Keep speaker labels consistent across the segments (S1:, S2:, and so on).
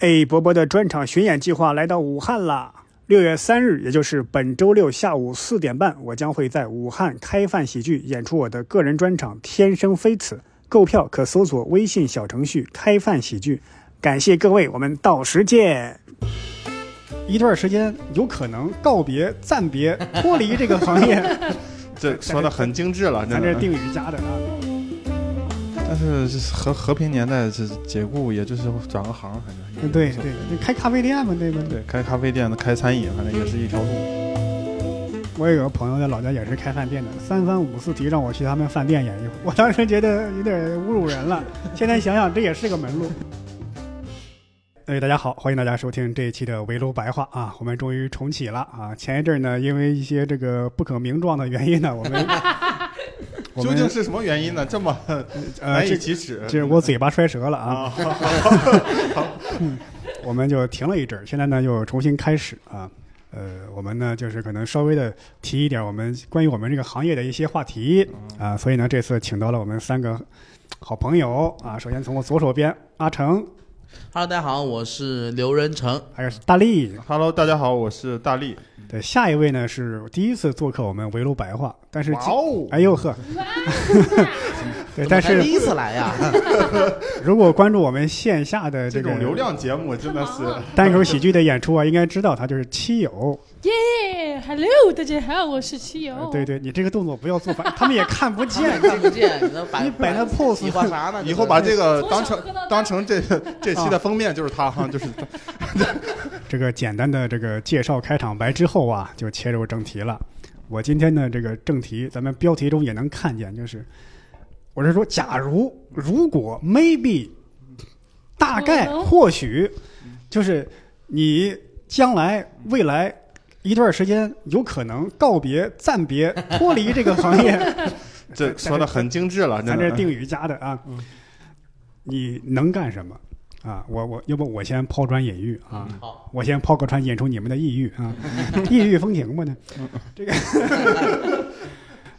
S1: A 伯伯的专场巡演计划来到武汉啦！六月三日，也就是本周六下午四点半，我将会在武汉开饭喜剧演出我的个人专场《天生非此》。购票可搜索微信小程序“开饭喜剧”。感谢各位，我们到时见。一段时间有可能告别、暂别、脱离这个行 业，
S2: 这说的很精致了，
S1: 咱
S2: 真
S1: 这
S2: 的
S1: 是。定瑜伽的啊。
S2: 但是这和和平年代这解雇，也就是转个行，反正也
S1: 对
S2: 无所
S1: 对
S2: 谓，
S1: 那开咖啡店嘛，对吧？
S2: 对，开咖啡店的，开餐饮，反正也是一条路。
S1: 我也有个朋友在老家也是开饭店的，三番五次提让我去他们饭店演一会儿，我当时觉得有点侮辱人了。现在想想，这也是个门路。哎，大家好，欢迎大家收听这一期的围炉白话啊，我们终于重启了啊！前一阵呢，因为一些这个不可名状的原因呢，我们我
S2: 究
S1: 们
S2: 竟是什么原因呢？这么
S1: 呃，
S2: 难
S1: 这
S2: 以启齿？
S1: 这是我嘴巴摔折了啊， 嗯
S2: 啊，
S1: 我们就停了一阵儿，现在呢又重新开始啊。呃，我们呢就是可能稍微的提一点我们关于我们这个行业的一些话题
S2: 嗯
S1: 啊，所以呢这次请到了我们三个好朋友啊。首先从我左手边阿成，
S3: Hello，大家好，我是刘仁成。
S1: 还有大力。
S2: Hello，大家好，我是大力。
S1: 对，下一位呢是第一次做客我们围炉白话，但是
S2: 哇哦！
S1: 哎呦呵， 对，但哎
S3: 怎么才
S1: 是
S3: 第一次来呀，
S1: 如果关注我们线下的
S2: 这
S1: 这个
S2: 种流量节目真的是，
S1: 单口喜剧的演出啊，应该知道他就是七友。
S4: 耶、h e l l o 大家好，我是七友。
S1: 呃对对，你这个动作不要做反，他们也看不 见。
S3: 看不见，你那摆
S1: 你摆那 pose
S3: 你画啥呢？
S2: 以后把这个
S4: 从
S2: 当
S4: 小
S2: 成
S4: 喝到大
S2: 当成这
S1: 啊
S2: 这期的封面就是他 哈，就是
S1: 这个简单的这个介绍开场白之后啊，就切入正题了。我今天的这个正题，咱们标题中也能看见，就是我是说，假如、如果、maybe、大概、
S4: 可能
S1: 或许，就是你将来、未来一段时间有可能告别、暂别、脱离这个行业。
S2: 这说的很精致了，真
S1: 咱这
S2: 的
S1: 是。定瑜伽的啊，你能干什么啊？我我要不我先抛砖引玉啊
S2: 嗯，
S3: 好，
S1: 我先抛个砖引出你们的抑郁啊，异域风情吧呢？这个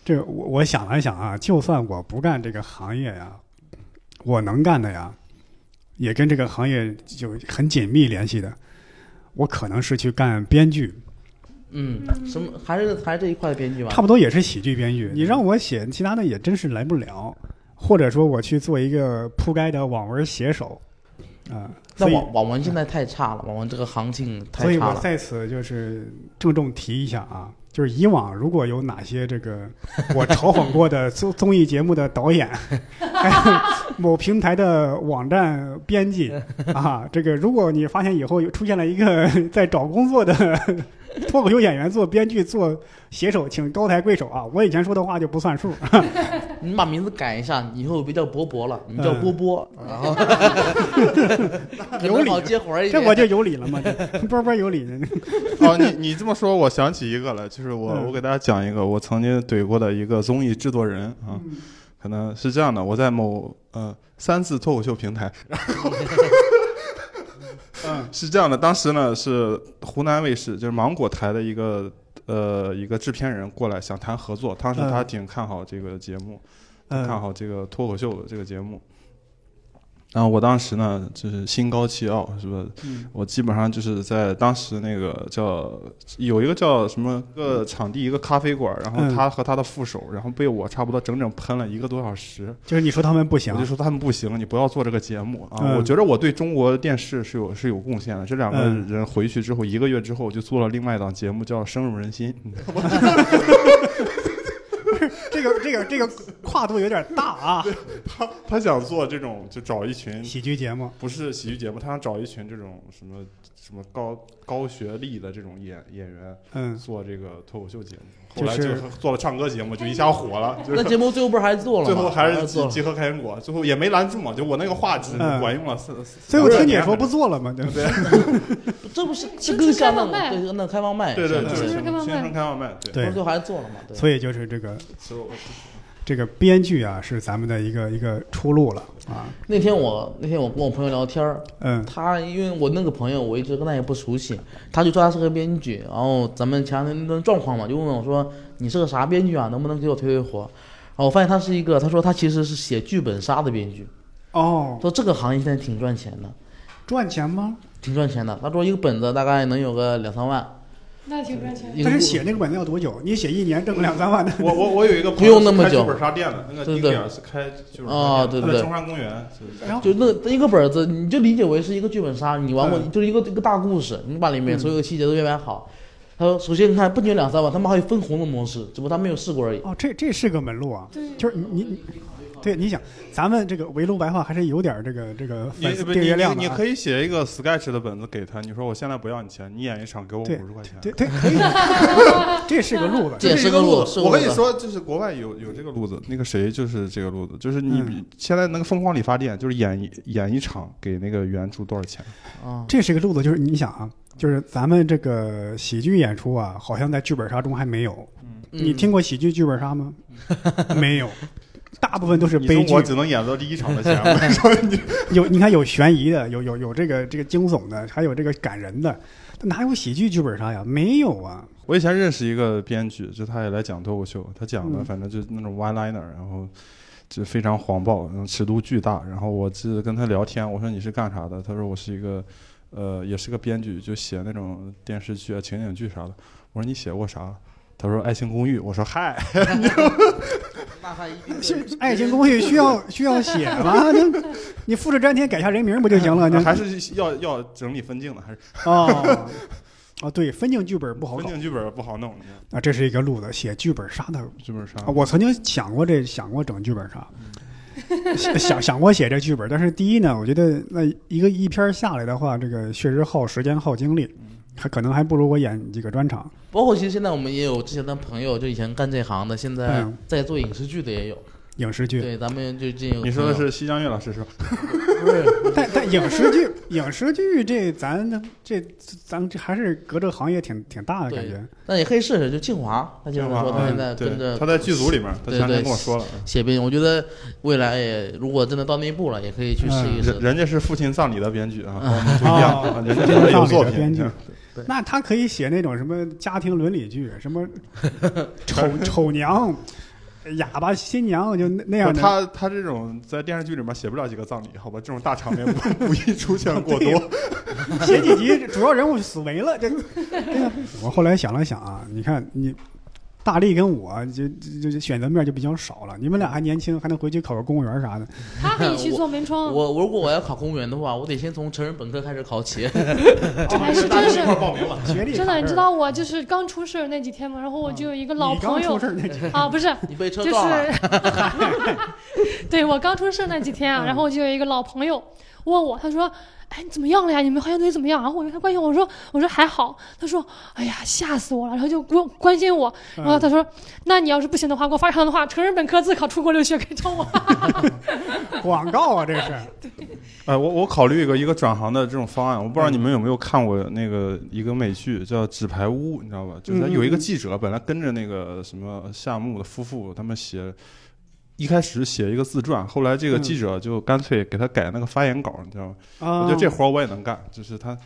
S1: 这个我我想了想啊，就算我不干这个行业呀，我能干的呀，也跟这个行业有很紧密联系的。我可能是去干编剧，
S3: 嗯，什么还是还是这一块的编剧吧？嗯
S1: 差不多也是喜剧编剧。你让我写其他的也真是来不了，或者说我去做一个铺盖的网文写手，啊、所
S3: 那
S1: 以
S3: 网网文现在太差了，网文这个行情
S1: 所
S3: 太
S1: 以
S3: 差
S1: 我
S3: 了。
S1: 在此就是郑重提一下啊，就是以往如果有哪些这个 我嘲讽过的综综艺节目的导演，还有某平台的网站编 辑啊，这个如果你发现以后有出现了一个 在找工作 的脱口秀演员做编剧做写手，请高抬贵手啊！我以前说的话就不算数。
S3: 你把名字改一下，以后别叫博博了，你叫
S1: 嗯
S3: 波波，然后
S1: 有理
S3: 好接
S2: 哎
S3: 活儿一
S1: 这
S3: 点。
S1: 我就有理了嘛， 这波波有理。
S2: 哦，你你这么说，我想起一个了，就是我、
S1: 嗯
S2: 我给大家讲一个我曾经怼过的一个综艺制作人啊，
S1: 嗯
S2: 可能是这样的，我在某呃三次脱口秀平台，然后
S1: 嗯
S2: 是这样的，当时呢是湖南卫视就是芒果台的一个呃一个制片人过来想谈合作，当时他
S1: 嗯
S2: 挺看好这个节目，看
S1: 嗯
S2: 好这个脱口秀这个节目。然后我当时呢，就是心高气傲，是吧？
S1: 嗯
S2: 我基本上就是在当时那个叫有一个叫什么个场地一个咖啡馆，然后
S1: 嗯
S2: 他和他的副手，然后被我差不多整整喷了一个多小时。
S1: 就是你说他们不行
S2: 我就，说他们不行，你不要做这个节目啊！
S1: 嗯
S2: 我觉得我对中国电视是有是有贡献的。这两个
S1: 嗯
S2: 人回去之后，一个月之后，我就做了另外一档节目，叫《深入人心》。
S1: 这个这个这个跨度有点大啊。
S2: 他他想做这种，就找一群
S1: 喜剧节目，
S2: 不是喜剧节目，他想找一群这种什么什么高高学历的这种演演员
S1: 嗯，
S2: 做这个脱口秀节目，
S1: 就
S2: 后来
S1: 是
S2: 做了唱歌节目，就一下火了，就
S3: 那
S2: 是
S3: 节目最后不是还做了吗？啊
S2: 最后还是集
S3: 做了。
S2: 集合开心果，最后也没拦住嘛，就我那个话只
S1: 嗯
S2: 管用了四，
S1: 所以我听你说不
S2: 对
S1: 做了嘛，对不对？
S3: 这不是这
S4: 青
S3: 更
S4: 春
S3: 像那种
S4: 开放麦
S3: 对那开放麦，
S2: 对对
S3: 是
S2: 对，
S3: 吧
S4: 青
S2: 对
S4: 春开放麦
S2: 青春开放麦，对，
S3: 不是最后还做了吗？对。
S1: 所以就是这个
S2: 所以我
S1: 这个编剧啊，是咱们的一个一个出路了啊。
S3: 那天我那天我跟我朋友聊天儿，
S1: 嗯
S3: 他因为我那个朋友，我一直跟他也不熟悉，他就知道他是个编剧，然后咱们前两天那状况嘛，就问我说你是个啥编剧啊，能不能给我推推火？然后我发现他是一个，他说他其实是写剧本杀的编剧，
S1: 哦，
S3: 说这个行业现在挺赚钱的，
S1: 赚钱吗？
S3: 挺赚钱的。他做一个本子大概能有个两三万，
S4: 那挺赚钱的。
S3: 一
S1: 但
S3: 个
S1: 是写那个本子要多久？你写一年挣个两三万的，
S2: 我我我有一个
S3: 不用那么久
S2: 朋友是开剧本杀店的，那个
S3: 对
S2: 景
S3: 对
S2: 点是开剧本
S3: 哦
S2: 杀店的，他
S3: 对对
S2: 在中山公园，就是
S1: 然后
S3: 就那一个本子，你就理解为是一个剧本杀，你玩过
S1: 嗯
S3: 就是一个一个大故事，你把里面
S1: 嗯
S3: 所有的细节都编排好。他说，首先你看不仅有两三万，他们还有分红的模式，只不过他没有试过而已。
S1: 哦，这这是个门路啊，
S4: 对，
S1: 就是你你你，对，你想咱们这个围炉白话还是有点儿这个这个
S2: 你
S1: 粉丝
S2: 不
S1: 订
S2: 你
S1: 阅量的、
S2: 你
S1: 啊。
S2: 可以写一个 sketch 的本子给他，你说我现在不要你钱，你演一场给我五
S1: 对
S2: 十块钱。
S1: 对对， 可以，这是个路子。
S3: 这也
S2: 是
S3: 是
S2: 一个
S3: 个
S2: 路
S3: 路
S2: 子。
S3: 是
S2: 我
S3: 个
S2: 跟你
S3: 路子
S2: 说，就是国外有有这个路子，那个谁就是这个路子，就是你
S1: 嗯
S2: 现在那个疯狂理发店，就是演一演一场给那个原著多少钱？
S3: 啊，
S1: 这是个路子，就是你想啊，就是咱们这个喜剧演出啊，好像在剧本杀中还没有。你
S3: 嗯
S1: 听过喜剧剧本杀 吗？没有，大部分都是
S2: 你
S1: 悲
S2: 中
S1: 剧
S2: 国。只能演到第一场的钱。
S1: 有你看有悬疑的，有有有这个这个惊悚的，还有这个感人的，哪有喜剧剧本杀呀？没有啊。
S2: 我以前认识一个编剧，就他也来讲脱口秀，他讲的
S1: 嗯
S2: 反正就那种 one liner，然后就非常黄暴，然后尺度巨大。然后我是跟他聊天，我说你是干啥的？他说我是一个，呃，也是个编剧，就写那种电视剧啊、情景剧啥的。我说你写过啥？他说《爱情公寓》，我说嗨，
S3: 那他一定
S1: 是《 爱情公寓》需要需要写吗？那你复制粘贴改下人名不就行了？那
S2: 啊还是要要整理分镜的，还是
S1: 哦哦，对，分镜剧本不好
S2: 分
S1: 搞
S2: 镜剧本不好弄，
S1: 啊，这是一个路子，写剧本杀的。
S2: 剧本杀
S1: 啊，。我曾经想过这，想过整剧本杀，想想想过写这剧本，但是第一呢，我觉得那一个一篇儿下来的话，这个确实耗时间耗精力，还可能还不如我演几个专场。
S3: 包括其实现在我们也有之前的朋友，就以前干这行的，现在
S1: 嗯
S3: 在做影视剧的也有。
S1: 影视剧，
S3: 对，咱们就进有
S2: 你说的是西江月老师是吧？
S3: 不是？
S1: 但但影视剧，影视剧这咱这咱这还是隔这个行业挺挺大的感觉。
S3: 但也可以试试，就静华，他经常说他现在跟
S2: 嗯对，
S3: 着
S2: 他在剧组里面，他
S3: 对
S2: 前
S3: 对
S2: 天跟我说了。
S3: 写编，我觉得未来也如果真的到那一步了，也可以去试一试
S2: 人。人家是父亲葬礼的编剧啊，和我们不一样啊，人
S1: 哦
S2: 家
S1: 父亲
S2: 真的
S1: 葬
S2: 有
S1: 礼
S2: 作
S1: 的
S2: 品。啊
S1: 编剧
S2: 你看
S3: 对
S1: 那他可以写那种什么家庭伦理剧，什么丑丑娘、哑巴新娘，就那那样的。
S2: 他他这种在电视剧里面写不了几个葬礼，好吧？这种大场面不 不易出现过多。
S1: 写几集主要人物死没了， 这。对呀我后来想了想啊，你看你大力跟我就就就选择面就比较少了，你们俩还年轻，还能回去考个公务员 啥的。
S4: 他可以去做门窗，
S3: 我我如果我要考公务员的话，我得先从成人本科开始考起。
S4: 这还是真是。
S2: 报名了，
S1: 学历
S4: 真的，
S1: 卡
S4: 你知
S1: 这儿
S4: 道我就是刚出事儿那几天嘛，然后我就有一个老
S1: 啊你刚
S4: 朋友
S1: 出事儿那几
S4: 啊， 不是，
S3: 你被车
S4: 就
S3: 撞了，
S4: 是， 对我刚出事那几天啊，
S1: 嗯
S4: 然后我就有一个老朋友问我，他说：“哎，你怎么样了呀？你们好像队怎么样？”然后我跟他关心，我说：“我说还好。”他说：“哎呀，吓死我了。”然后就关关心我，然后
S1: 嗯
S4: 他说：“那你要是不行的话，给我发上的话，成人本科自考出国留学可以找我。”
S1: 广告啊，这是。
S2: 哎，我我考虑一个一个转行的这种方案，我不知
S3: 嗯
S2: 道你们有没有看过那个一个美剧叫《纸牌屋》，你知道吧？就是它
S3: 嗯
S2: 有一个记者本来跟着那个什么夏目的夫妇他们写。一开始写一个自传，后来这个
S1: 嗯
S2: 记者就干脆给他改那个发言稿，你知道吗？
S1: 啊
S2: 我觉得这活儿我也能干，就是他，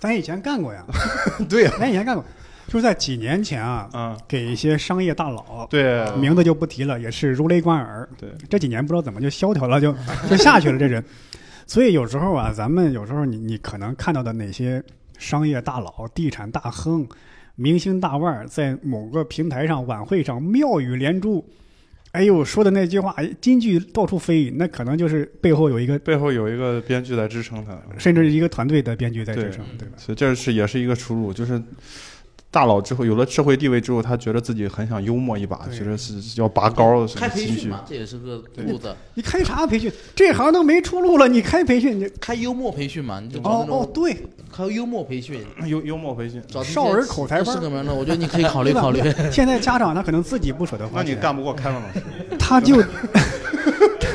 S1: 咱以前干过呀，
S2: 对啊呀，
S1: 咱以前干过，就是在几年前啊，
S2: 啊，
S1: 给一些商业大佬，
S2: 对，
S3: 啊
S1: 名字就不提了，也是如雷贯耳。
S2: 对，
S1: 这几年不知道怎么就萧条了，就就下去了这人。所以有时候啊，咱们有时候你你可能看到的哪些商业大佬、地产大亨、明星大腕儿，在某个平台上、晚会上妙语连珠，哎呦说的那句话，哎金句到处飞，那可能就是背后有一个，
S2: 背后有一个编剧在支撑他，
S1: 甚至一个团队的编剧在支
S2: 对嗯
S1: 撑，对吧？
S2: 所以这是也是一个出路，就是。大佬之后有了社会地位之后，他觉得自己很想幽默一把，
S1: 对
S2: 觉得是要拔高什
S3: 开
S2: 么
S3: 培
S2: 情绪
S3: 训。嘛，这也是个路子。
S1: 你开啥培训？这行都没出路了，你开培训你
S2: 嗯
S3: 开幽默培训嘛，你就找
S1: 哦
S3: 那
S1: 哦
S3: 种
S1: 对，
S3: 开幽默培训，
S2: 幽幽默培训，
S3: 找这些
S1: 少儿口才班
S3: 这是个门路，我觉得你可以考虑
S1: 对吧
S3: 考虑。
S1: 现在家长他可能自己不舍得花
S2: 嗯那你
S1: 钱，
S2: 干不过凯文老师。
S1: 他就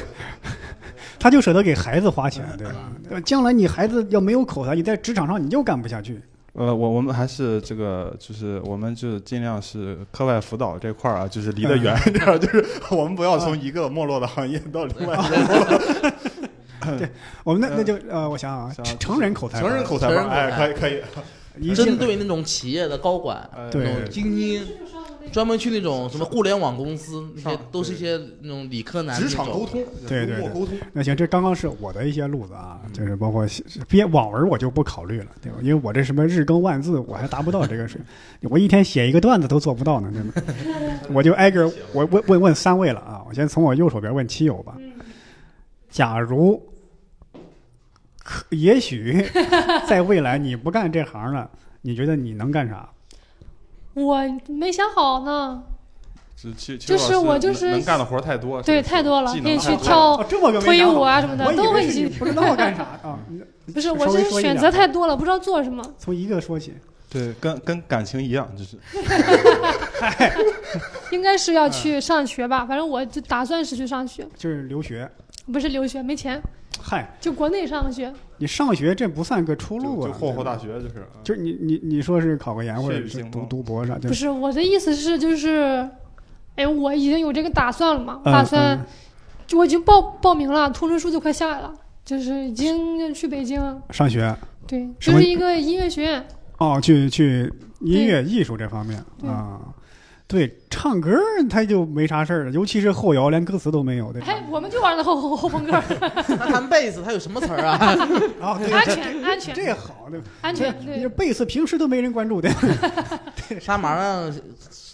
S1: 他就舍得给孩子花钱，对吧？
S2: 嗯
S1: 对吧将来你孩子要没有口才，你在职场上你就干不下去。
S2: 呃，我我们还是这个，就是我们就尽量是课外辅导这块儿啊，就是离得远一点儿， 就是我们不要从一个没落的行业到另外一个
S1: 我们那
S2: 嗯
S1: 那就呃，我想想
S2: 想
S1: 啊，成人口才班，
S2: 成人口才
S3: 成人
S2: 吧，
S3: 口才
S2: 哎，可以可以，
S1: 一进
S3: 针对那种企业的高管、
S2: 呃
S1: 对
S3: 那种精英，
S2: 对
S3: 专门去那种什么互联网公司，那些
S2: 上
S3: 都是一些那种理科男那
S5: 职
S3: 种。
S5: 场沟通，
S1: 对
S5: 幽
S1: 对对
S5: 默沟通，
S1: 那行，这刚刚是我的一些路子啊，就是包括写编网文我就不考虑了，对吧？因为我这什么日更万字，我还达不到这个水平，我一天写一个段子都做不到呢，真 的。我就挨个儿我问问问三位了啊，我先从我右手边问七友吧。
S4: 嗯
S1: 假如，可也 许在未来你不干这行了，你觉得你能干啥？
S4: 我没想好呢，
S2: 这其其实
S4: 就是
S2: 老师
S4: 我就
S2: 能
S4: 是
S2: 能干的活儿太多，
S4: 对，
S2: 这个
S4: 太多了
S2: 啊技，能
S4: 可以去
S2: 太多了
S4: 跳
S1: 哦，这么个没
S4: 推
S1: 想
S4: 舞
S1: 好
S4: 啊什么的
S1: 我以
S4: 都
S1: 为
S4: 会
S1: 是你
S4: 去。
S1: 不知道干啥啊？你
S4: 不是，
S1: 稍
S4: 我
S1: 微
S4: 是
S1: 说一
S4: 选
S1: 两吧
S4: 择太多了，不知道做什么。
S1: 从一个说起，
S2: 对，跟跟感情一样，就是
S4: 应该是要
S1: 嗯
S4: 去上学吧，反正我就打算是去上学，
S1: 就是留学。
S4: 不是留学，没钱，
S1: 嗨，
S4: 就国内上学。
S1: 你上学这不算个出
S2: 就
S1: 路啊，
S2: 就霍霍大
S1: 学。
S2: 学就是。啊
S1: 就是你你你说是考个研或者
S2: 血雨
S1: 是
S2: 腥
S1: 读
S2: 风
S1: 读博啊啥，就
S4: 不是我的意思是就是，哎，我已经有这个打算了嘛，
S1: 嗯
S4: 打算、
S1: 嗯
S4: 就我已经报报名了，通知书就快下来了，就是已经去北京了。
S1: 上学
S4: 对，
S1: 什
S4: 就
S1: 么
S4: 是一个音乐学院，
S1: 哦，去去音乐艺术这方面啊，对，唱歌儿他就没啥事儿了，尤其是后摇，连歌词都没有，对吧？
S4: 哎，我们就玩的后后后朋克，
S3: 他弹贝斯，他有什么词儿啊？
S1: 啊，对，
S4: 安
S1: 这
S4: 全安全
S1: 这好，对吧？
S4: 安全，
S1: 你这
S4: 对，
S1: 贝斯平时都没人关注的，
S3: 他马上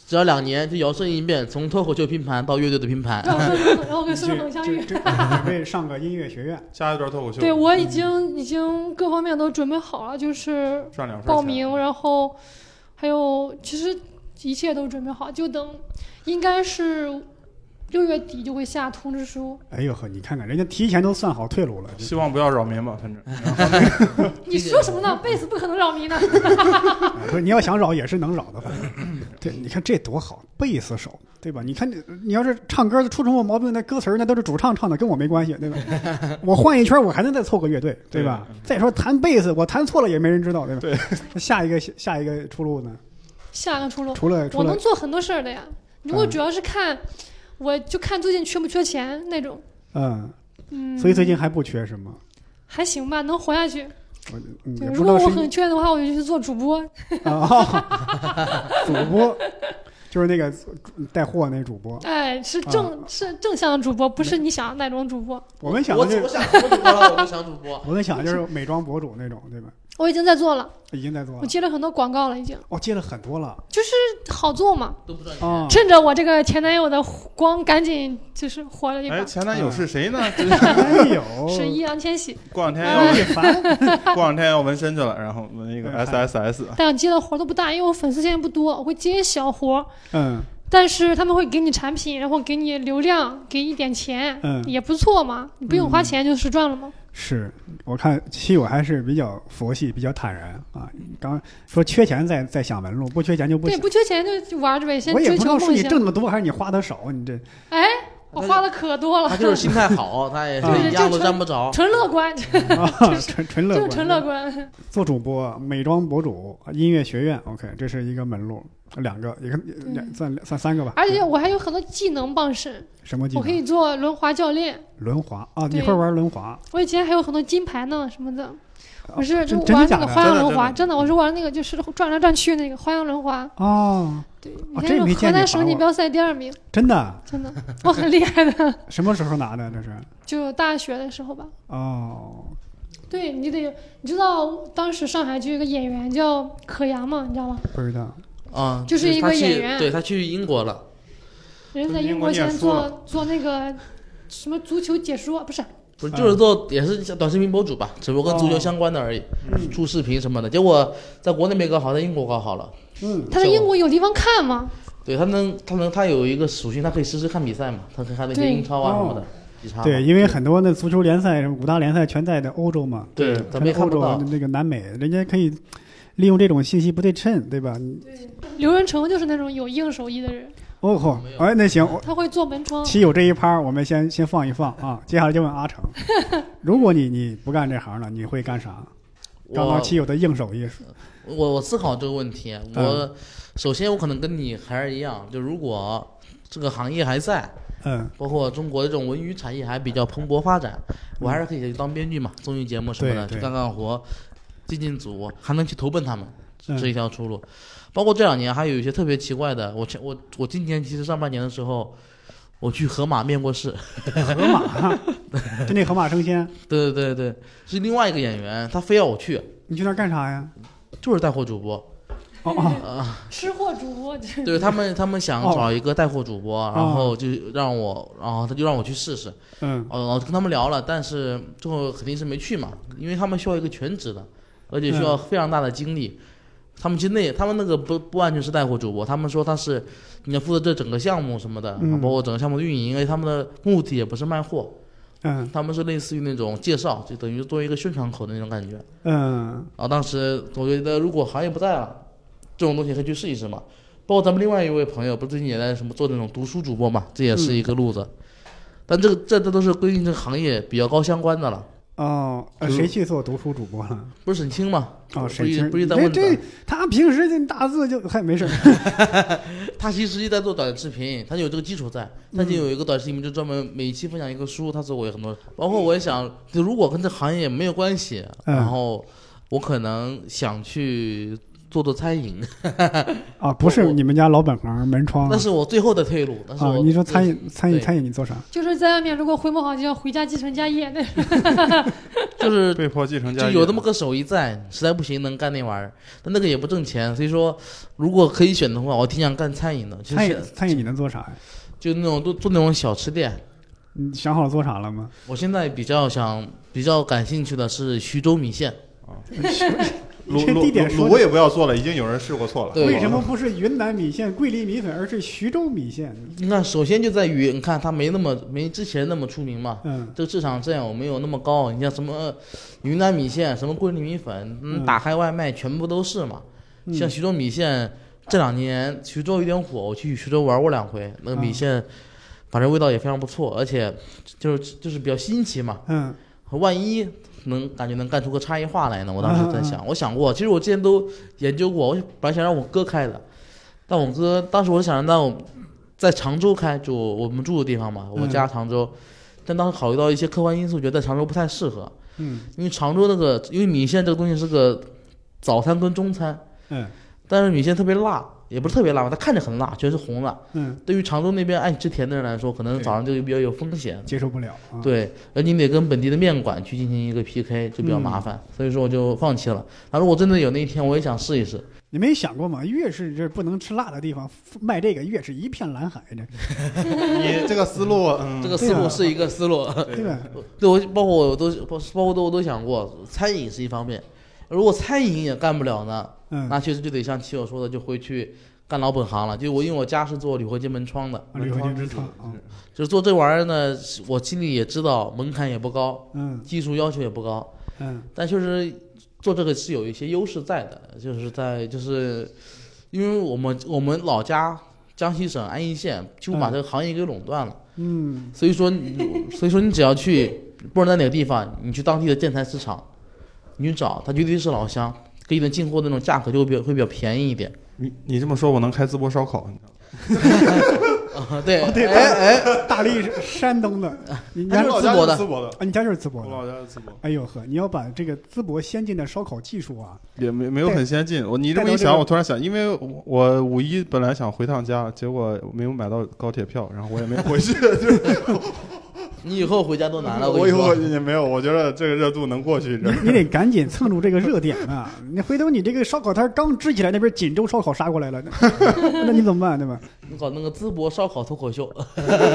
S3: 只要两年就摇身一变，从脱口秀拼盘到乐队的拼盘。
S4: 然后跟然后
S1: 你
S4: 跟孙
S1: 这
S4: 总相
S1: 这
S4: 遇。
S1: 这准备上个音乐学院，
S2: 下一段脱口秀，
S4: 对，我
S1: 嗯
S4: 已经已经各方面都准备好了，就是
S2: 赚两份
S4: 报
S2: 钱
S4: 名，然后还有其实一切都准备好，就等应该是六月底就会下通知书。
S1: 哎呦呵，你看看人家提前都算好退路了，
S2: 希望不要扰民吧，反正。
S4: 你说什么
S1: 嗯
S4: 呢？贝斯不可能扰 民的。
S1: 啊说你要想扰也是能扰的，反正对，你看这多好，贝斯手，对吧？你看你你要是唱歌出什么毛病，那歌词儿那都是主唱唱的，跟我没关系，对吧？我换一圈，我还能再凑个乐队，对吧？再说弹贝斯，我弹错了也没人知道，对吧？那下一个下一个出路呢？
S4: 下个出路，
S1: 除了除
S4: 我
S1: 了
S4: 能做很多事儿的呀。如
S1: 嗯
S4: 果主要是看，我就看最近缺不缺钱那种。
S1: 嗯，
S4: 嗯，
S1: 所以最近还不缺什么，
S4: 还行吧，能活下去。
S1: 我嗯
S4: 对，
S1: 也
S4: 如
S1: 不知
S4: 果
S1: 道
S4: 我
S1: 是
S4: 很缺的话，我就去做主播。
S1: 啊， 主播就是那个带货那主播，
S4: 哎，是
S1: 啊
S4: 正、是正向的主播，不是你想的那种主播。
S1: 我们想
S3: 我
S1: 的
S3: 只
S1: 就
S3: 我想主播了，我就想主播。
S1: 我们想的就是美妆博主那种，对吧？
S4: 我已经在做了，
S1: 已经在做
S4: 我
S1: 了，
S4: 接了很多广告了，已经
S1: 哦，接了很多了
S4: 就是好做嘛。
S3: 都不知道你
S1: 啊。
S4: 趁着我这个前男友的光，赶紧就是活了一把
S2: 哎，。前男友是谁呢？这
S1: 哎
S4: 是
S1: 呦，
S4: 易烊千玺，
S2: 过两 天
S4: 哎
S2: 要
S1: 一凡，
S2: 过两天要纹身去了，然后纹一个
S1: 哎
S2: SSS，
S4: 但我接的活儿都不大，因为我粉丝现在不多，我会接一些小活儿，
S1: 嗯，
S4: 但是他们会给你产品，然后给你流量，给一点钱，
S1: 嗯
S4: 也不错嘛，你不用花钱就实赚了嘛。
S1: 是我看七友还是比较佛系，比较坦然啊。刚说缺钱再再想门路，不缺钱就不
S4: 对，
S1: 想。
S4: 不缺钱就就玩着呗，先
S1: 我也
S4: 追
S1: 不知
S4: 求
S1: 道是
S4: 梦
S1: 你
S4: 想
S1: 挣。的多还是你花的少， 你这
S4: 哎，我花的可多了
S3: 他，就是心态好，他也
S1: 啊
S3: 是压都沾不着。
S4: 纯乐观，
S1: 啊，纯纯乐
S4: 就
S1: 观，嗯
S4: 是纯乐观。
S1: 做主播、美妆博主、音乐学院，OK，这是一个门路，两个，一个两算算三个吧。
S4: 而且我还有很多技能傍身，
S1: 什么技
S4: 我可
S1: 能？
S4: 以做轮滑教练，
S1: 轮滑啊，你
S4: 对
S1: 会玩轮滑？
S4: 我以前还有很多金牌呢什么的。我是就
S1: 哦真真的
S4: 玩那
S1: 假
S4: 个
S1: 的
S4: 花样
S2: 真的
S4: 轮滑，
S2: 真的
S4: 真的，我是玩那个就是转来转去那个花样轮滑。
S1: 哦，
S4: 对，
S1: 哦
S4: 以
S1: 这
S4: 前
S1: 没
S4: 是
S1: 见你
S4: 河
S1: 滑
S4: 南省锦
S1: 过
S4: 标赛第二名，
S1: 真的？
S4: 真 的，我很厉害的。
S1: 什么时候拿的？这是？
S4: 就大学的时候吧，
S1: 哦，
S4: 对你得，你知道当时上海就有一个演员叫可扬嘛，你知道吗？
S1: 不知道。
S3: 啊，
S4: 就是一个
S3: 他去
S4: 演员
S3: 对他去英国了，
S4: 人家在
S2: 在
S4: 英
S2: 英
S4: 国
S2: 国
S4: 先
S2: 念书了
S4: 做做那个什么足球解说，不是
S3: 不是就是做也是短视频博主吧，只不过跟足球相关的而已，出视频什么的。结果在国内没搞好，在英国搞好了。
S1: 嗯，
S4: 他在英国有地方看吗？
S3: 对他能，他能，他有一个属性，他可以实时看比赛嘛，他可以看那些
S4: 对
S3: 英超啊什么
S1: 哦
S3: 的，比差嘛
S1: 对，因为很多那足球联赛、什么五大联赛全在的欧洲嘛，
S3: 对
S2: 对
S3: 咱们
S1: 全
S3: 也看
S1: 欧
S3: 不
S1: 洲
S3: 到。
S1: 那个南美，人家可以利用这种信息不对称，对吧？你
S4: 刘仁成就是那种有硬手艺的人，
S1: 哦吼，哎，那行，我
S4: 他会做门窗。
S1: 棋友这一趴儿我们先先放一放啊，接下来就问阿成，如果你你不干这行了，你会干啥？刚
S3: 我
S1: 刚棋友的硬手艺，
S3: 我我思考这个问题，我、
S1: 嗯
S3: 首先我可能跟你还是一样，就如果这个行业还在，
S1: 嗯，
S3: 包括中国这种文娱产业还比较蓬勃发展，我还是可以去当编剧嘛，综艺节目什么
S1: 嗯
S3: 的
S1: 对对
S3: 去干干活，进进组，还能去投奔他们。
S1: 嗯
S3: 是一条出路。包括这两年还有一些特别奇怪的，我前我我今年其实上半年的时候，我去河马面过试，
S1: 河 马，就那河马生鲜，
S3: 对对对对，是另外一个演员，他非要我去，
S1: 你去那儿干啥呀？
S3: 就是带货主播，
S1: 哦哦，
S4: 吃货主播就是
S3: 对他们他们想
S1: 哦
S3: 找一个带货主播，然后就让我，然后他就让我去试试，
S1: 嗯，
S3: 哦，我跟他们聊了，但是最后肯定是没去嘛，因为他们需要一个全职的，而且需要非常大的精力。他们其实那他们那个不不完全是带货主播，他们说他是你要负责这整个项目什么的，
S1: 嗯
S3: 包括整个项目的运营，而且他们的目的也不是卖货，
S1: 嗯
S3: 他们是类似于那种介绍，就等于做一个宣传口的那种感觉。
S1: 嗯
S3: 然后啊当时我觉得如果行业不在了，这种东西可以去试一试嘛。包括咱们另外一位朋友，不是最近也在什么做那种读书主播嘛，这也是
S1: 嗯
S3: 一个路子。但这个这这都是规定这个行业比较高相关的了，
S1: 哦，呃谁去做读书主播了？
S3: 不是沈清嘛？
S1: 哦，
S3: 不
S1: 谁
S3: 是
S1: 去？
S3: 不是在
S1: 这
S3: 问
S1: 这
S3: 的，
S1: 他平时这大字就还没事儿，
S3: 他其实一直在做短视频，他有这个基础在，他
S1: 嗯
S3: 就有一个短视频就专门每期分享一个书，他做过很多。包括我也想，就如果跟这行业没有关系，
S1: 嗯
S3: 然后我可能想去做做餐饮，
S1: 啊，不是
S3: 哦我
S1: 你们家老本行门窗
S3: 那
S1: 啊？
S3: 是我最后的退路。但是
S1: 啊
S3: 我
S1: 你说餐饮餐饮
S3: 对
S1: 餐饮你做啥？
S4: 就是在外面如果回不好，就要回家继承家业那种。
S3: 就是
S2: 被迫继承家
S3: 就
S2: 业，
S3: 有那么个手艺在，实在不行能干那玩意儿，但那个也不挣钱，所以说如果可以选的话，我挺想干餐饮的，就
S1: 餐饮
S3: 是
S1: 餐饮你能做啥呀？
S3: 就那种做做那种小吃店。
S1: 你想好了做啥了吗？
S3: 我现在比较想比较感兴趣的是徐州米线，
S2: 卤
S1: 这
S2: 卤
S1: 地点
S2: 卤
S1: 说
S2: 卤
S1: 的
S2: 味也不要做了，已经有人试过错了。
S3: 对
S1: 为什么不是云南米线、桂林米粉，而是徐州米线？
S3: 你看首先就在于你看它没那么没之前那么出名嘛，
S1: 嗯
S3: 这个市场占有没有那么高。你像什么呃云南米线、什么桂林米粉，
S1: 嗯
S3: 嗯，打开外卖全部都是嘛。
S1: 嗯
S3: 像徐州米线，这两年徐州有点火，我去徐州玩过两回，那个米线，反正味道也非常不错，而且就是就是比较新奇嘛。
S1: 嗯
S3: 万一能感觉能干出个差异化来呢？我当时在想，我想过，其实我之前都研究过，我本来想让我哥开的，但我哥当时我想让我在常州开，就我们住的地方嘛，我家常州。但当时考虑到一些客观因素，觉得在常州不太适合，
S1: 嗯
S3: 因为常州那个，因为米线这个东西是个早餐跟中餐，
S1: 嗯
S3: 但是米线特别辣，也不是特别辣吧，它看着很辣，全是红辣。
S1: 嗯，
S3: 对于常州那边爱吃甜的人来说，可能早上就比较有风险。
S1: 接受不了啊。
S3: 对，而你得跟本地的面馆去进行一个 PK，就比较麻烦，
S1: 嗯
S3: 所以说我就放弃了。那如果真的有那一天，我也想试一试。
S1: 你没想过吗？越是这不能吃辣的地方，卖这个越是一片蓝海，这
S2: 你这个思路，嗯，
S3: 这个思
S1: 对啊
S3: 路是一个思路，
S1: 对吧？
S3: 对我包括我都包包括都我都想过，餐饮是一方面，如果餐饮也干不了呢，
S1: 嗯，
S3: 那确实就得像七友说的，就回去干老本行了。就我因为我家是做铝合金门窗的，
S1: 铝合金门窗啊，
S3: 就是做这玩意儿呢，我心里也知道门槛也不高，
S1: 嗯
S3: 技术要求也不高，
S1: 嗯
S3: 但确实做这个是有一些优势在的，就是在就是因为我们我们老家江西省安义县几乎把
S1: 嗯
S3: 这个行业给垄断了，
S1: 嗯
S3: 所以说你所以说你只要去不管在哪个地方，你去当地的建材市场，你去找，它绝对是老乡。给你的进货的那种价格就会比较会比较便宜一点，
S2: 你你这么说，我能开淄博烧烤，
S3: 啊，对
S1: 哦，对
S3: 哎哎，
S1: 大力是山东的，
S4: 啊
S1: 你家
S3: 但
S2: 我
S3: 是
S1: 是
S2: 老家
S3: 淄
S2: 就
S3: 博的
S2: 是淄博的，
S1: 啊，你家就是淄博
S2: 我
S1: 的。
S2: 老家是淄博，
S1: 哎呦呵，你要把这个淄博先进的烧烤技术啊，
S2: 也没没有很先进。我你这么
S1: 带到
S2: 一
S1: 这
S2: 想，
S1: 个
S2: 我突然想，因为我我五一本来想回趟家，结果没有买到高铁票，然后我也没 回去，就是
S3: 你以后回家都难了。
S2: 我
S3: 跟
S2: 以
S3: 你
S2: 后
S3: 说，
S2: 也没有。我觉得这个热度能过去，
S1: 你你得赶紧蹭住这个热点啊！你回头你这个烧烤摊刚支起来，那边锦州烧烤杀过来了，那那你怎么办，对吧？
S3: 你搞那个淄博烧烤脱 口秀，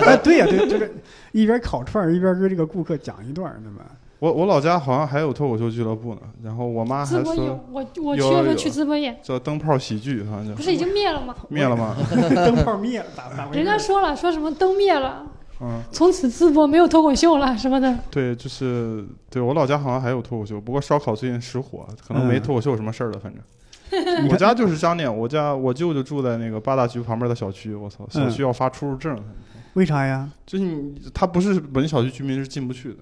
S1: 哎，对呀、对，就是一边烤串儿一边跟这个顾客讲一段儿，对吧？
S2: 我我老家好像还有脱口秀俱乐部呢，然后我妈
S4: 淄
S2: 还
S4: 博有
S2: 说
S4: 我，我七
S2: 有
S4: 月
S2: 有
S4: 份去淄博演，
S2: 叫灯泡喜剧，好像
S4: 不
S2: 叫
S4: 是已经灭了吗？
S2: 灭了吗？
S1: 灯泡灭了，咋咋回事？
S4: 人家说了，说什么灯灭了，
S2: 嗯，
S4: 从此淄博没有脱口秀了什么的。
S2: 对，就是对我老家好像还有脱口秀，不过烧烤最近失火，可能没
S1: 嗯
S2: 脱口秀什么事儿了，反 正。
S1: 你
S2: 我
S1: 看
S2: 家就是张店，我家我舅舅住在那个八大局旁边的小区，我操，小区要发出入证，
S1: 为啥呀？
S2: 嗯就是你他不是本小区居民是进不去的，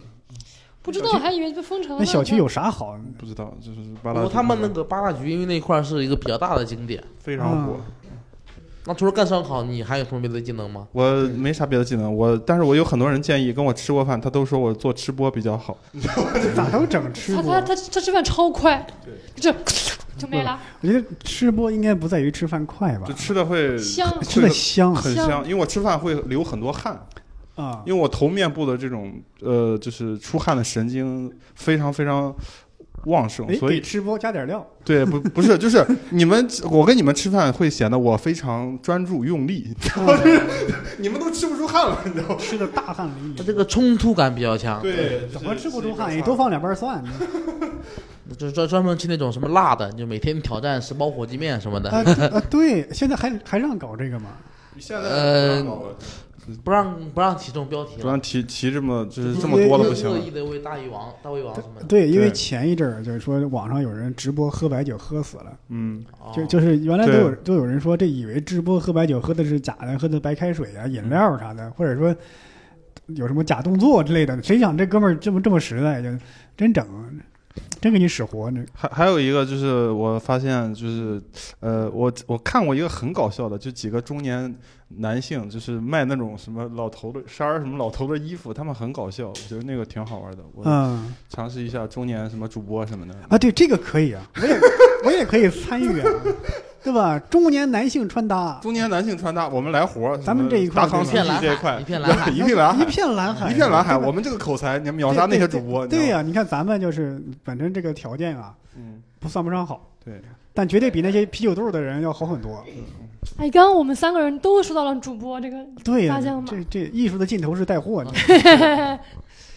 S4: 不知道，还以为被封城了。
S1: 那小区有啥好？
S2: 不知道就是八
S3: 不
S2: 大
S3: 过
S2: 局
S3: 哦他们那个八大局，因为那块儿是一个比较大的景点，
S2: 非常火，
S3: 嗯那除了干烧烤，你还有什么别的技能吗？
S2: 我没啥别的技能，我但是我有很多人建议跟我吃过饭，他都说我做吃播比较好，
S1: 咋都整吃
S4: 他
S1: 播
S4: 他？他他吃饭超快，就 就没了。
S1: 我觉得吃播应该不在于吃饭快吧
S2: 就，吃的会
S4: 香
S1: 吃
S2: 吃
S1: 的
S2: 的
S1: 香啊
S2: 很
S4: 香
S2: 香，因为我吃饭会流很多汗，
S1: 啊，
S2: 因为我头面部的这种呃就是出汗的神经非常非常旺盛，
S1: 哎，
S2: 所
S1: 给
S2: 以
S1: 吃播加点料，
S2: 对 不不是就是你们我跟你们吃饭会显得我非常专注用力， 你们都吃不出汗了，你知道吗？
S1: 吃的大汗淋
S3: 他
S1: 漓。
S3: 这个冲突感比较强，
S2: 对，
S1: 怎么吃不出汗？
S2: 也
S1: 你多放两瓣蒜。
S3: 就是专专门吃那种什么辣的，就每天挑战十包火鸡面什么的，
S1: 啊对啊，对，现在还还让搞这个吗？
S2: 现
S3: 呃不让不让提这种标题
S2: 不
S3: 了，
S2: 让提提这么嗯就是
S1: 因
S2: 这么
S1: 为
S2: 多了
S1: 因
S2: 不行
S3: 恶
S2: 了
S3: 意的为大胃王、大胃王什么的，
S1: 对，因为
S2: 对
S1: 前一阵儿就是说网上有人直播喝白酒喝死了，
S2: 嗯，
S3: 哦
S1: 就就是原来都
S2: 对
S1: 有都有人说这以为直播喝白酒喝的是假的，喝的白开水
S3: 嗯
S1: 啊、饮料啥的，或者说有什么假动作之类的。谁想这哥们儿这么这么实在，就真整，真给你使活呢。
S2: 还还有一个就是我发现就是呃，我我看过一个很搞笑的，就几个中年男性就是卖那种什么老头的衫儿，什么老头的衣服，他们很搞笑，我觉得那个挺好玩的，我
S1: 嗯
S2: 尝试一下中年什么主播什么的。
S1: 啊，对，这个可以啊，我也 我也可以参与啊，对吧？中年男性穿搭，啊
S2: 中年男性穿搭，我们来活儿，
S1: 咱们
S2: 什么
S1: 这一块儿
S2: 达康
S1: 对吧
S2: 经
S3: 一片
S2: 济
S3: 蓝
S2: 这一块
S3: 海，一片蓝海，
S2: 一片蓝 海
S1: 一，片蓝海，
S2: 一片蓝海，
S1: 对吧
S2: 我们这个口才，你们秒杀那些主播，
S1: 对
S2: 呀，
S1: 呀、你看咱们就是本身这个条件啊，
S2: 嗯，
S1: 不算不上好，
S2: 对，
S1: 但绝对比那些啤酒肚的人要好很多。
S4: 哎，刚刚我们三个人都说到了主播这个，
S1: 对呀、
S4: 大嗯象嘛
S1: 这这艺术的尽头是带货，
S3: 啊
S1: 你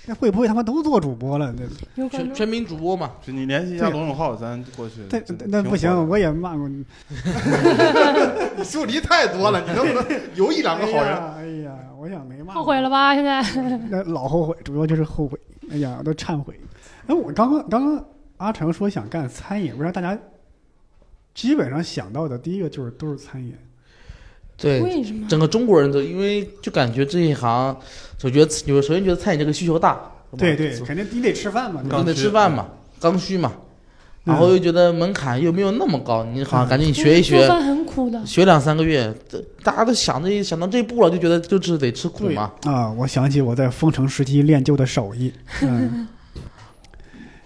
S1: 那会不会他妈都做主播了？那
S4: 有可
S3: 全
S4: 能
S3: 全民主播嘛，
S2: 就你联系一下
S1: 对
S2: 罗永浩，咱过去。
S1: 但
S2: 真的
S1: 那
S2: 挺
S1: 不
S2: 火的
S1: 行，我也骂过你。
S2: 你树敌太多了，你 能不能有一两个好人？
S1: 哎呀，哎呀我想没骂。
S4: 后悔了。吧？现在
S1: 那老后悔，主要就是后悔。哎呀，我都忏悔。哎，我刚刚刚刚阿成说想干餐饮，我让大家基本上想到的第一个就是都是餐饮。
S3: 对，
S4: 为什么？
S3: 整个中国人都因为就感觉这一行，首觉得有首先觉得餐饮这个需求大，是吧
S1: 对对，肯定你得吃饭嘛。对吧
S3: 你得
S2: 嗯
S3: 吃饭嘛，刚需嘛，然后又觉得门槛又没有那么高，你
S2: 嗯
S3: 好像赶紧学一
S4: 做
S3: 学，
S4: 饭很苦的，
S3: 学两三个月，这大家都想这想到这一步了，就觉得就是得吃苦
S1: 对
S3: 嘛。
S1: 啊，我想起我在封城时期练就的手 艺，嗯，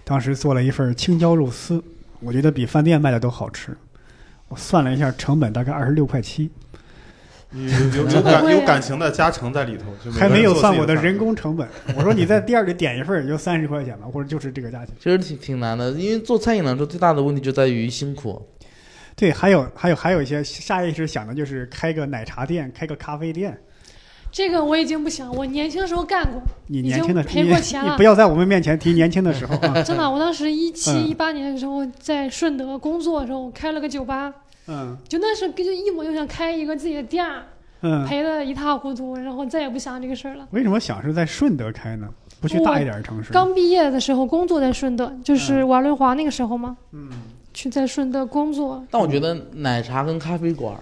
S1: 当时做了一份青椒肉丝，我觉得比饭店卖的都好吃。我算了一下成本，大概二十六块七，
S2: 有有有
S3: 啊
S2: 感有感情的加成在里头，就每个
S1: 还
S2: 人
S1: 没有
S2: 做自己
S1: 算我
S2: 的
S1: 的
S2: 饭
S1: 人。工成本。我说你在店里点一份儿也就三十块钱吧，或者就是这个价钱。
S3: 其实挺挺难的，因为做餐饮来说，最大的问题就在于辛苦。
S1: 对，还有还有还有一些下意识想的就是开个奶茶店，开个咖啡店。
S4: 这个我已经不想。我年轻的时候干过，
S1: 你
S4: 已
S1: 年
S4: 经
S1: 轻的时候，
S4: 赔
S1: 你
S4: 过钱
S1: 你
S4: 了
S1: 不要在我们面前提年轻的时候 啊。
S4: 真的。我当时一七
S1: 嗯
S4: 一八年的时候在顺德工作的时候，我开了个酒吧，
S1: 嗯
S4: 就那时候就一模就想开一个自己的店儿，
S1: 嗯，
S4: 赔的一塌糊涂，然后再也不想这个事儿了。
S1: 为什么想是在顺德开呢？不去大一点的城市？
S4: 刚毕业的时候工作在顺德，就是
S1: 嗯
S4: 瓦伦华那个时候嘛，
S1: 嗯。
S4: 去在顺德工作。
S3: 但我觉得奶茶跟咖啡馆儿，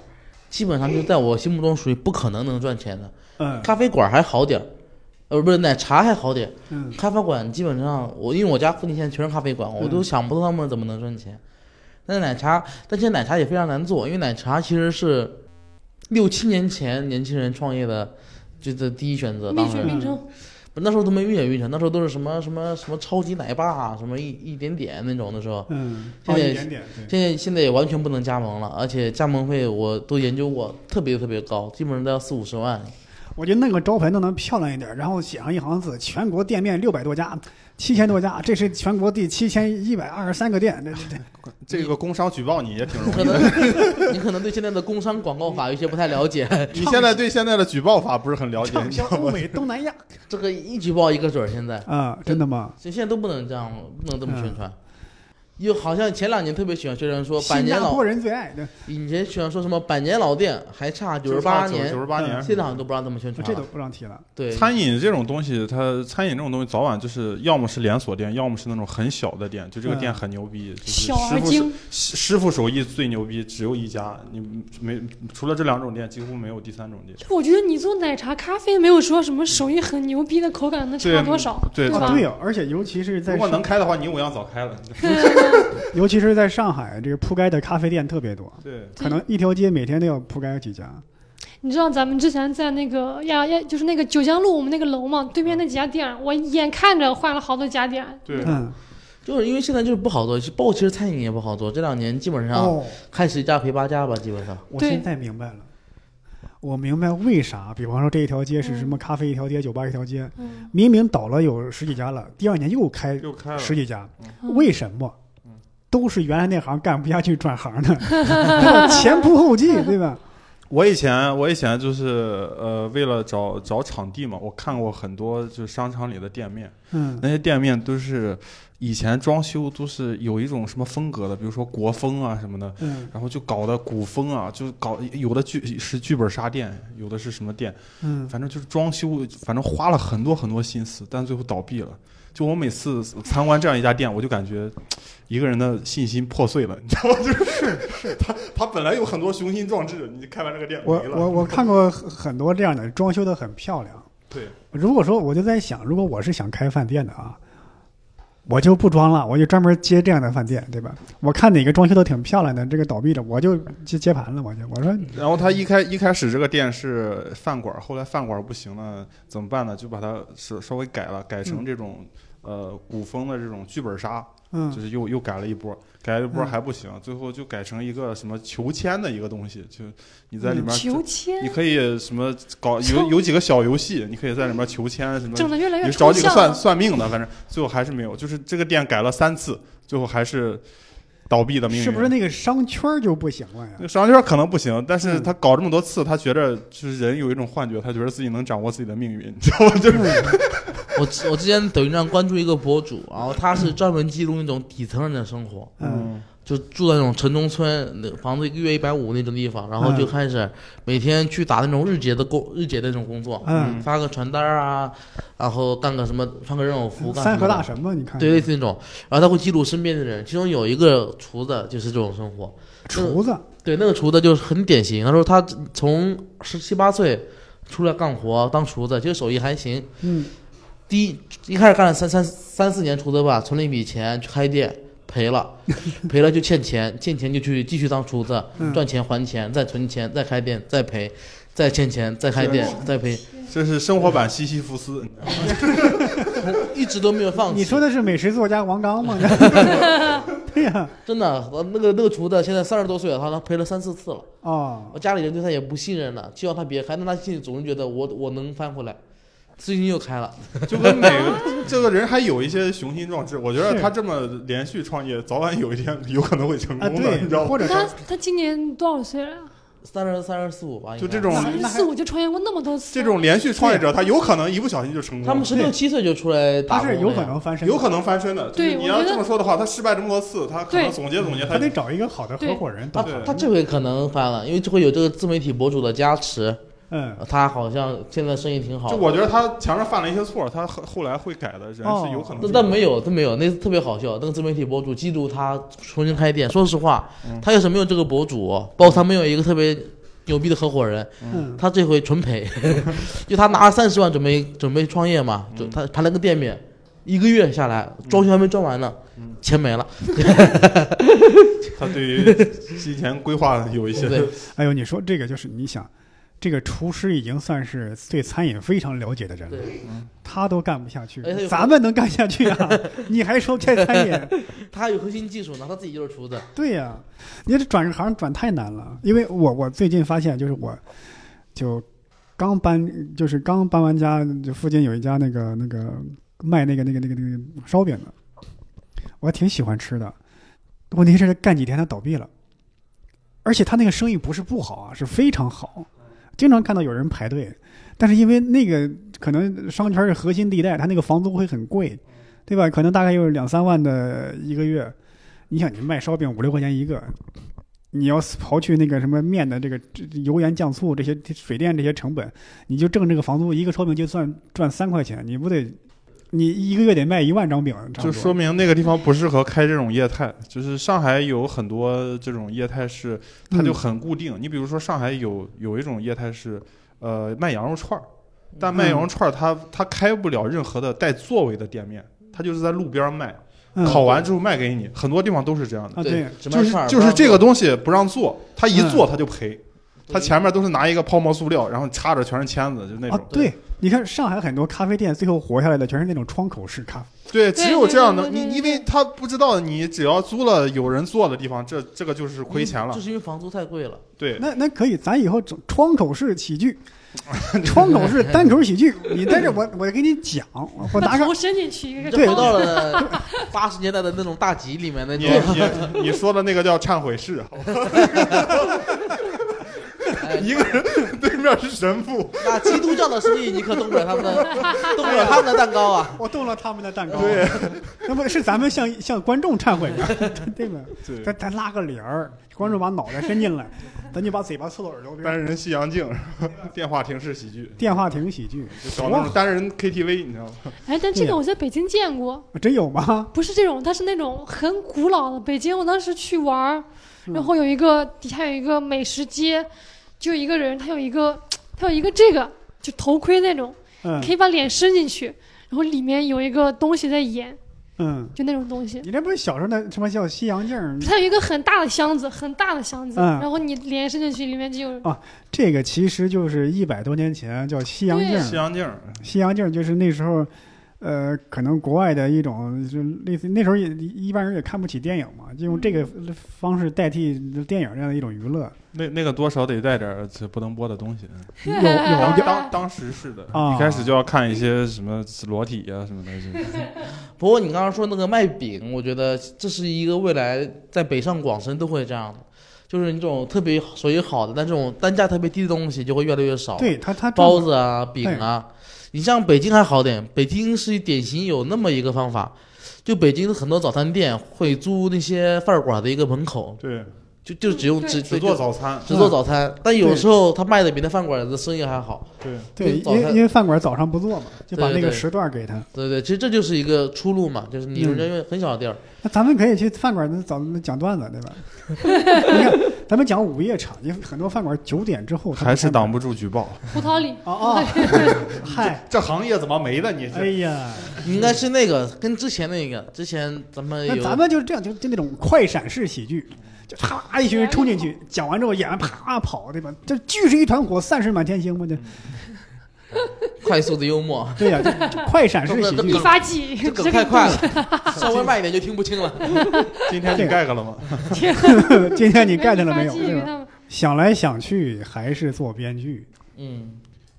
S3: 基本上就在我心目中属于不可能能赚钱的。
S1: 嗯
S3: 咖啡馆儿还好点儿，呃，不是奶茶还好点儿，
S1: 嗯
S3: 咖啡馆基本上我因为我家附近现在全是咖啡馆，我都想不通他们怎么能赚钱。但是奶茶，但现在奶茶也非常难做，因为奶茶其实是六七年前年轻人创业的。就这第一选择，
S4: 蜜
S3: 当
S4: 雪
S3: 时
S4: 冰城，
S3: 不那时候都没运也运城，那时候都是什么什么什么超级奶爸啊，什么一一点点那种的时候，
S1: 嗯，
S3: 现
S1: 哦
S3: 在
S1: 一点点，对
S3: 现在现在也完全不能加盟了，而且加盟费我都研究过，特别特别高，基本上都要四五十万。
S1: 我觉得弄个招牌弄得漂亮一点，然后写上一行字：全国店面六百多家，七千多家，这是全国第七千一百二十三个店。这这
S2: 这个工商举报你也挺容
S3: 可能你可能对现在的工商广告法有些不太了解，
S2: 易。你现在对现在的举报法不是很了
S1: 这
S2: 解，
S1: 畅
S2: 你知
S1: 销
S2: 道
S1: 欧
S2: 吗？
S1: 美、东南亚
S3: 这个一举报一个准儿。现在，
S1: 啊，真的 吗？
S3: 所以现在都不能这样，不能这么宣传。又好像前两年特别喜欢宣传说百
S1: 新
S3: 年
S1: 加
S3: 老
S1: 坡，人最爱的，
S3: 以前喜欢说什么百年老店还差九十八
S2: 八
S3: 年
S2: 九，十八
S1: 嗯
S2: 年。
S3: 现在好像都不让这么宣
S1: 这
S3: 传
S1: 都
S3: 了。
S1: 不让提了。
S3: 对，
S2: 餐饮这种东西，它餐饮这种东西，早晚就是要么是连锁店，要么是那种很小的店。就这个
S1: 嗯
S2: 店很牛逼，就是
S4: 小
S2: 师
S3: 啊
S4: 而
S2: 傅手
S4: 精，
S2: 师师傅手艺最牛逼，只有一家，你没除了这两种店，几乎没有第三种店。
S4: 我觉得你做奶茶、咖啡没有说什么手艺很牛逼的口感能差
S2: 对
S4: 多少，
S2: 对
S4: 吧？
S1: 啊，对哦，而且尤其是嗯
S2: 如
S1: 在
S2: 果能
S1: 上，
S2: 开的话，你五样早开了。
S1: 尤其是在上海，这个铺盖的咖啡店特别多，
S2: 对，
S1: 可能一条街每天都要铺盖几家。
S4: 你知道咱们之前在那个呀呀，就是那个九江路我们那个楼嘛，对面那几家店，我眼看着换了好多家店，
S2: 对，
S1: 嗯，
S3: 就是因为现在就是不好做，包括其实餐饮也不好做，这两年基本上
S1: 哦，
S3: 开十家赔八家吧，基本上。
S1: 我
S4: 对
S1: 现在明白了，我明白为啥，比方说这一条街是什么咖啡一条街、酒吧一条街，
S4: 嗯，
S1: 明明倒了有十几家了，第二年又开
S2: 又开了，
S1: 十几家，
S4: 嗯
S1: 为什么
S2: 嗯？
S1: 都是原来那行干不下去转行 的，对吧前仆后继，对吧？
S2: 我以前我以前就是呃，为了找找场地嘛，我看过很多就是商场里的店面，
S1: 嗯，
S2: 那些店面都是以前装修都是有一种什么风格的，比如说国风啊什么的，
S1: 嗯
S2: 然后就搞得古风啊，就搞有的剧是剧本杀店，有的是什么店，
S1: 嗯，
S2: 反正就是装修，反正花了很多很多心思，但最后倒闭了。就我每次参观这样一家店，我就感觉一个人的信心破碎了，你知道吗？ 就是是他他本来有很多雄心壮志，你开完这个店
S1: 我
S2: 没了
S1: 我我看过很很多这样的，装修的很漂亮。
S2: 对，
S1: 如果说我就在想，如果我是想开饭店的啊，我就不装了，我就专门接这样的饭店，对吧？我看哪个装修的挺漂亮的，这个倒闭了，我就接接盘了，我就我说
S2: 然后他一开一开始这个店是饭馆，后来饭馆不行了，怎么办呢？就把它稍稍微改了，改成这种、呃古风的这种剧本杀，就
S1: 嗯
S2: 是又又改了一波，改了一波
S1: 嗯
S2: 还不行，最后就改成一个什么求签的一个东西，就你在里面、
S4: 嗯求
S2: 你
S4: 签
S2: 可以什么搞有
S4: 抽
S2: 有几个小游戏，你可以在里面求签什么，
S4: 整的越来越
S2: 你找
S4: 抽
S2: 几个
S4: 象
S2: 算
S4: 了。
S2: 算命的，反正最后还是没有，就是这个店改了三次，最后还是倒闭的命运。啊
S1: 是不是那个商圈儿就不行了呀
S2: 那？个商圈可能不行，但是
S1: 嗯
S2: 他搞这么多次，他觉着就是人有一种幻觉，他觉得自己能掌握自己的命运，你 知道吗？就是
S1: 嗯
S3: 我之我之前抖音上关注一个博主，然后他是专门记录那种底层人的生活，
S1: 嗯，
S3: 就住在那种城中村，那房子一个月一百五那种地方，然后就
S1: 嗯
S3: 开始每天去打那种日结的工，日结的那种工作，
S1: 嗯
S3: 发个传单啊，然后干个什么，穿个任务 服，干
S1: 嗯三
S3: 什
S1: 和
S3: 么的
S1: 大神嘛，你看
S3: 对，类似那种，然后他会记录身边的人，其中有一个厨子就是这种生活，
S1: 厨子，
S3: 对，那个厨子就是很典型。他说他从十七八岁出来干活当厨子，其实手艺还行。
S1: 嗯
S3: 第一一开始干了三三三四年厨子吧，存了一笔钱去开店，赔了，赔了就欠钱，欠钱就去继续当厨子，
S1: 嗯
S3: 赚钱还钱，再存钱，再开店，再赔，再欠钱，再开店，再赔，
S2: 这是生活版西西弗斯，你知道吗
S3: 一直都没有放弃。
S1: 你说的是美食作家王刚 吗？对呀，
S3: 真的，呃那个那个厨子现在三十多岁了，他他赔了三四次了。
S1: 哦，
S3: 我家里人对他也不信任了，希望他别开，但他心里总是觉得我我能翻回来。最近又开了，
S2: 就跟每个 这个人还有一些雄心壮志，我觉得
S1: 是
S2: 他这么连续创业，早晚有一天有可能会成
S1: 啊
S2: 功的，
S1: 对
S2: 你知道，吗？
S1: 或者
S4: 他
S1: 是
S4: 他今年多少岁了呀？
S3: 三十三十四五吧，应该
S2: 就这种
S4: 三十四五就创业过那么多次。
S2: 这种连续创业者，他有可能一不小心就成
S3: 他
S2: 功
S3: 们
S2: 了。
S3: 十六七岁就出来打
S1: 他
S3: 工了
S1: 是
S3: 呀
S1: 有可能翻身，
S2: 有可能翻身的，就是
S4: 对
S2: 你
S4: 我
S2: 要
S4: 觉得
S2: 这么说的话，他失败这么多次，他可能
S4: 对
S2: 总结总结，
S1: 他
S2: 他
S1: 得找一个好的合
S4: 对
S1: 伙人，
S3: 他
S1: 懂吗
S2: 对
S3: 他这回可能翻了，因为这回有这个自媒体博主的加持，
S1: 嗯，
S3: 他好像现在生意挺好
S2: 就。我觉得他前面犯了一些错，他后后来会改的，人是有可能
S3: 但
S2: 的。
S3: 但没有，他没有，那次特别好笑。那个自媒体博主记录他重新开店，说实话，
S2: 嗯
S3: 他要是没有这个博主，包括他没有一个特别牛逼的合伙人，
S1: 嗯
S3: 他这回纯赔， 就他拿了三十万准备准备创业嘛，
S2: 嗯
S3: 就他盘了个店面，一个月下来装修还没装完呢，
S2: 嗯
S3: 钱没了。
S2: 他对 于金钱规划有一些
S3: 对，
S1: 哎呦，你说这个就是你想，这个厨师已经算是对餐饮非常了解的人了，
S3: 对
S1: 他都干不下去
S3: 哎他，有
S1: 咱们能干下去啊？ 你还说开餐饮？
S3: 他还有核心技术呢，他自己就是厨子。
S1: 对呀、你这转行转太难了。因为我我最近发现，就是我就刚搬，就是刚搬完家，就附近有一家那个那个卖那个那个那个那个烧饼的，我还挺喜欢吃的。问题是干几天他倒闭了，而且他那个生意不是不好啊，是非常好，经常看到有人排队。但是因为那个可能商圈是核心地带，他那个房租会很贵，对吧？可能大概有两三万的一个月。你想，你卖烧饼五六块钱一个，你要是刨去那个什么面的这个这油盐酱醋这些水电这些成本，你就挣这个房租，一个烧饼就算赚三块钱，你不得你一个月得卖一万张饼，差不多
S2: 就说明那个地方不适合开这种业态。就是上海有很多这种业态是，它就很固定。你比如说上海有有一种业态是，呃，卖羊肉串儿，但卖羊肉串儿它它开不了任何的带座位的店面，它就是在路边儿卖，
S1: 嗯
S2: 烤完之后卖给你。很多地方都是这样的，
S1: 啊对，
S3: 只卖
S2: 就是
S3: 串儿
S2: 就是
S3: 不
S2: 这
S3: 让
S2: 嗯个东西不让做，他一做他就赔。它前面都是拿一个泡沫塑料，然后插着全是签子，就那
S1: 啊
S2: 种。，
S1: 对，你看上海很多咖啡店最后活下来的全是那种窗口式咖啡。
S2: 对，
S4: 对
S2: 只有这样
S4: 对
S2: 的，
S4: 对
S2: 你
S4: 对对
S2: 因为他不知道你只要租了有人坐的地方，这这个就是亏钱了
S3: 就。是因为房租太贵了。
S2: 对，
S1: 那那可以，咱以后整窗口式喜 剧，窗口式单口喜剧。你在这我我给你讲， 我拿个
S4: 投身进去一个
S1: 对
S3: 回
S4: 窗
S3: 到了八十年代的那种大集里面那
S2: 你
S3: 种，
S2: 你你说的那个叫忏悔室，好吧一个人对面是神父，
S3: 哎那基督教的生意你可动不了他们的，动不了他们的蛋糕啊。
S1: 我动了他们的蛋糕。
S2: 对，
S1: 那不是咱们向向观众忏悔吗？ 对吧？
S2: 对，
S1: 咱咱拉个帘儿，观众把脑袋伸进来，咱就把嘴巴凑到耳朵边
S2: 单
S1: 儿。
S2: 人西洋镜， 电话亭式喜剧，
S1: 电话亭喜剧，
S2: 就找那种单人 KTV，你知道吗？
S4: 哎，但这
S1: 对呀
S4: 个我在北京见过，
S1: 真有吗？
S4: 不是这种，它是那种很古老的北京。我当时去玩儿，
S2: 嗯
S4: 然后有一个底下有一个美食街，就有一个人，他有一个他有一个这个就头盔那种，
S1: 嗯
S4: 可以把脸伸进去，然后里面有一个东西在演，
S1: 嗯，
S4: 就那种东西。
S1: 你这不是小时候那什么叫西洋镜儿？
S4: 它有一个很大的箱子，很大的箱子，
S1: 嗯
S4: 然后你脸伸进去，里面就有
S1: 这个其实就是一百多年前叫西洋镜
S4: 对
S1: 儿。
S2: 西洋镜，
S1: 西洋镜儿就是那时候，呃，可能国外的一种，就类似那时候也一般人也看不起电影嘛，就用这个方式代替电影这样的一种娱乐。
S2: 那那个多少得带点儿这不能播的东西。
S1: 有有有
S2: 当当时是的，
S1: 啊
S2: 一开始就要看一些什么裸体呀、什么的，就是
S3: 不过你刚刚说那个卖饼，我觉得这是一个未来在北上广深都会这样的，就是你这种特别手艺好的，但这种单价特别低的东西就会越来越少。，
S1: 对他他
S3: 包子啊、饼啊，你像北京还好点，北京是典型有那么一个方法，就北京的很多早餐店会租那些饭馆的一个门口，
S2: 对，
S3: 就就只用只
S2: 只做早餐，
S3: 只做早餐，但有时候他卖的比那饭馆的生意还好。
S2: 对，
S1: 对，
S3: 早
S1: 因
S3: 餐
S1: 为因为饭馆早上不做嘛，就把那
S3: 对对
S1: 个
S3: 对
S1: 时段给他。
S3: 对对，其实这就是一个出路嘛，就是你
S1: 嗯
S3: 人家很小的地儿，
S1: 那咱们可以去饭馆那早讲段子，对吧？ 你看，咱们讲午夜场，因为很多饭馆九点之后他们
S2: 还是
S1: 开门
S2: 挡不住举报。
S4: 葡萄里。
S1: 哦哦，嗨，
S2: 这行业怎么没了？你
S1: 哎呀，
S3: 应该是那个跟之前那个，之前咱们
S1: 那
S3: 有
S1: 咱们就是这样，就就那种快闪式喜剧，就啪一群人冲进去，讲完之后演完啪跑，对吧？这聚是一团火，散是满天星嘛，
S3: 嗯
S1: 就
S3: 快速的 幽默，
S1: 对呀、就就快闪式喜
S3: 这
S1: 剧
S4: 一。发剂，
S3: 这梗太快了， 稍微慢一点就听不清了。
S2: 今天你 get 了吗？
S1: 今天你
S4: 你
S1: get 了 没有？
S4: 一发剂
S1: 对
S4: 给
S1: 吧？
S4: 他们
S1: 想来想去还是做编剧。
S3: 嗯，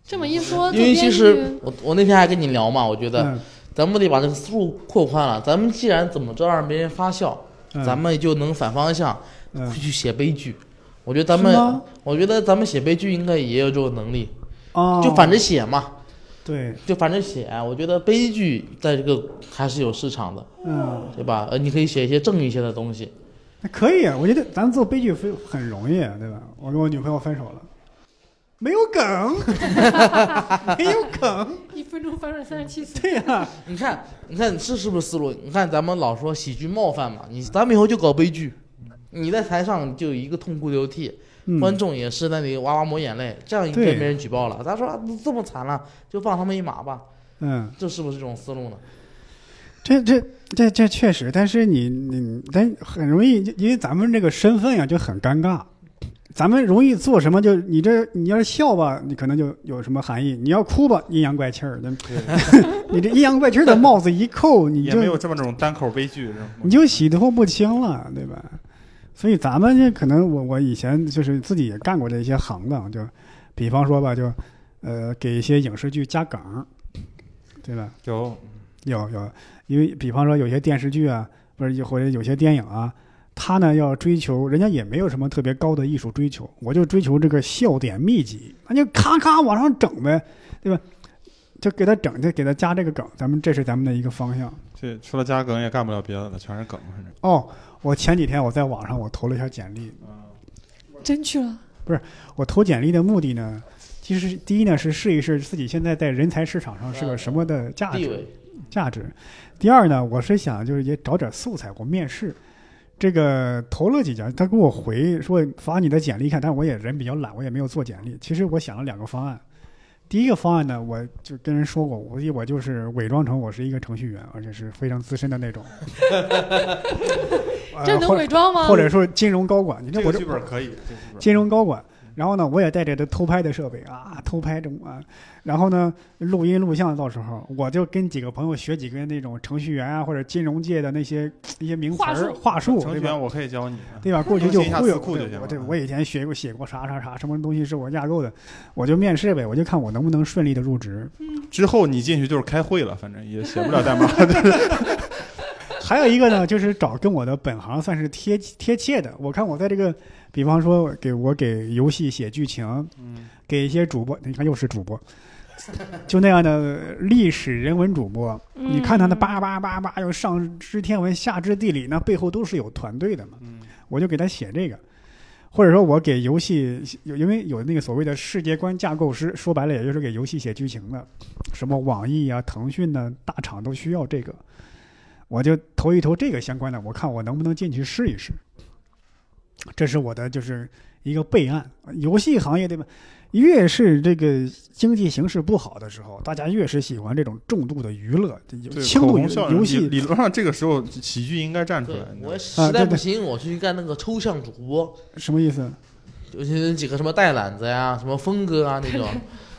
S4: 这么一说，
S3: 因为
S4: 做
S3: 其
S4: 编
S3: 实
S4: 剧
S3: 我我那天还跟你聊嘛，我觉得
S1: 嗯，
S3: 咱们得把这个思路扩宽了。咱们既然怎么着让别人发笑，
S1: 嗯
S3: 咱们就能反方向
S1: 嗯
S3: 去写悲剧。我觉得咱
S1: 是
S3: 们
S1: 吗，
S3: 我觉得咱们写悲剧应该也有这种能力，
S1: 哦，
S3: 就反着写嘛，
S1: 对，
S3: 就反着写。我觉得悲剧在这个还是有市场的。
S1: 嗯，
S3: 对吧？呃，你可以写一些正义一些的东西。
S1: 那可以啊。我觉得咱们做悲剧非很容易，啊对吧？我跟我女朋友分手了，没有 梗，没有梗，
S4: 一分钟翻转三十七次，
S1: 对呀、
S3: 你看，你看，你这是不是思路？你看，咱们老说喜剧冒犯嘛，你咱们以后就搞悲剧。你在台上就一个痛哭流涕，
S1: 嗯，
S3: 观众也是那里哇哇抹眼泪，这样应该
S1: 对
S3: 没人举报了。咱说啊都这么惨了，就放他们一马吧，
S1: 嗯。
S3: 这是不是这种思路呢？
S1: 这这这这确实，但是你你但很容易，因为咱们这个身份呀、就很尴尬，咱们容易做什么就你这你要是笑吧，你可能就有什么含义；你要哭吧，阴阳怪气儿的， 你这阴阳怪气儿的帽子一扣，你
S2: 也没
S1: 就
S2: 有这么种单口悲剧这种东
S1: 你
S2: 西。
S1: 就洗脱不清了，对吧？所以咱们这可能我我以前就是自己也干过这些行当，就比方说吧，就呃给一些影视剧加梗儿，对吧？
S2: 有
S1: 有有，因为比方说有些电视剧啊，不是有或者有些电影啊，他呢要追求，人家也没有什么特别高的艺术追求，我就追求这个笑点密集，那就咔咔往上整呗，对吧？就给他整，就给他加这个梗，咱们这是咱们的一个方向。
S2: 这除了加梗也干不了别的了，全是梗，反正。
S1: 哦，我前几天我在网上我投了一下简历，
S4: 真去了。
S1: 我投简历的目的呢，其实第一呢是试一试自己现在在人才市场上是个什么的价值
S3: 呃地，位，
S1: 价值。第二呢，我是想就是也找点素材，我面试。这个投了几家，他给我回说发你的简历看，但我也人比较懒，我也没有做简历。其实我想了两个方案，第一个方案呢，我就跟人说过，我我就是伪装成我是一个程序员，而且是非常资深的那 种，呃
S4: 这能
S1: 或
S4: 伪
S1: 者
S4: 装吗？
S1: 或者说金融高管，你这
S2: 这
S1: 我
S2: 个
S1: 这
S2: 剧本可以，这个剧本
S1: 金融高管，然后呢，我也带着这偷拍的设备啊，偷拍这么啊，然后呢，录音录像，到时候我就跟几个朋友学几个那种程序员啊，或者金融界的那些一些名词
S4: 话
S1: 儿、
S4: 术
S1: 话术，
S2: 程
S1: 对
S2: 序
S1: 吧
S2: 员？我可以教你。啊
S1: 对 吧？过去就
S2: 更新一下
S1: 忽悠
S2: 词库
S1: 对
S2: 就行
S1: 我
S2: 了啊
S1: 对我以前学过写过啥啥啥，什么东西是我架构的，我就面试呗，我就看我能不能顺利的入职。
S2: 之后你进去就是开会了，反正也写不了 代码。
S1: 还有一个呢，就是找跟我的本行算是贴贴切的。我看我在这个，比方说给我给游戏写剧情，
S2: 嗯，
S1: 给一些主播，你看又是主播， 就那样的呃历史人文主播，
S4: 嗯
S1: 你看他那叭叭叭叭，又上知天文下知地理，那背后都是有团队的嘛。
S2: 嗯
S1: 我就给他写这个，或者说我给游戏有因为有那个所谓的世界观架构师，说白了也就是给游戏写剧情的，什么网易啊、腾讯呢、大厂都需要这个，我就投一投这个相关的，我看我能不能进去试一试。这是我的就是一个备案，游戏行业对吧？越是这个经济形势不好的时候，大家越是喜欢这种重度的娱乐，这有
S2: 对，
S1: 轻
S2: 口
S1: 度
S2: 红效应
S1: 游
S2: 理
S1: 戏
S2: 理论上这个时候喜剧应该站出
S3: 对
S2: 来。你知道
S3: 我
S2: 吗
S3: 实在
S1: 对
S3: 不
S1: 对
S3: 行，我去干那个抽象主播，
S1: 什么意思？
S3: 就是几个什么带懒子呀、什么峰哥啊那 种。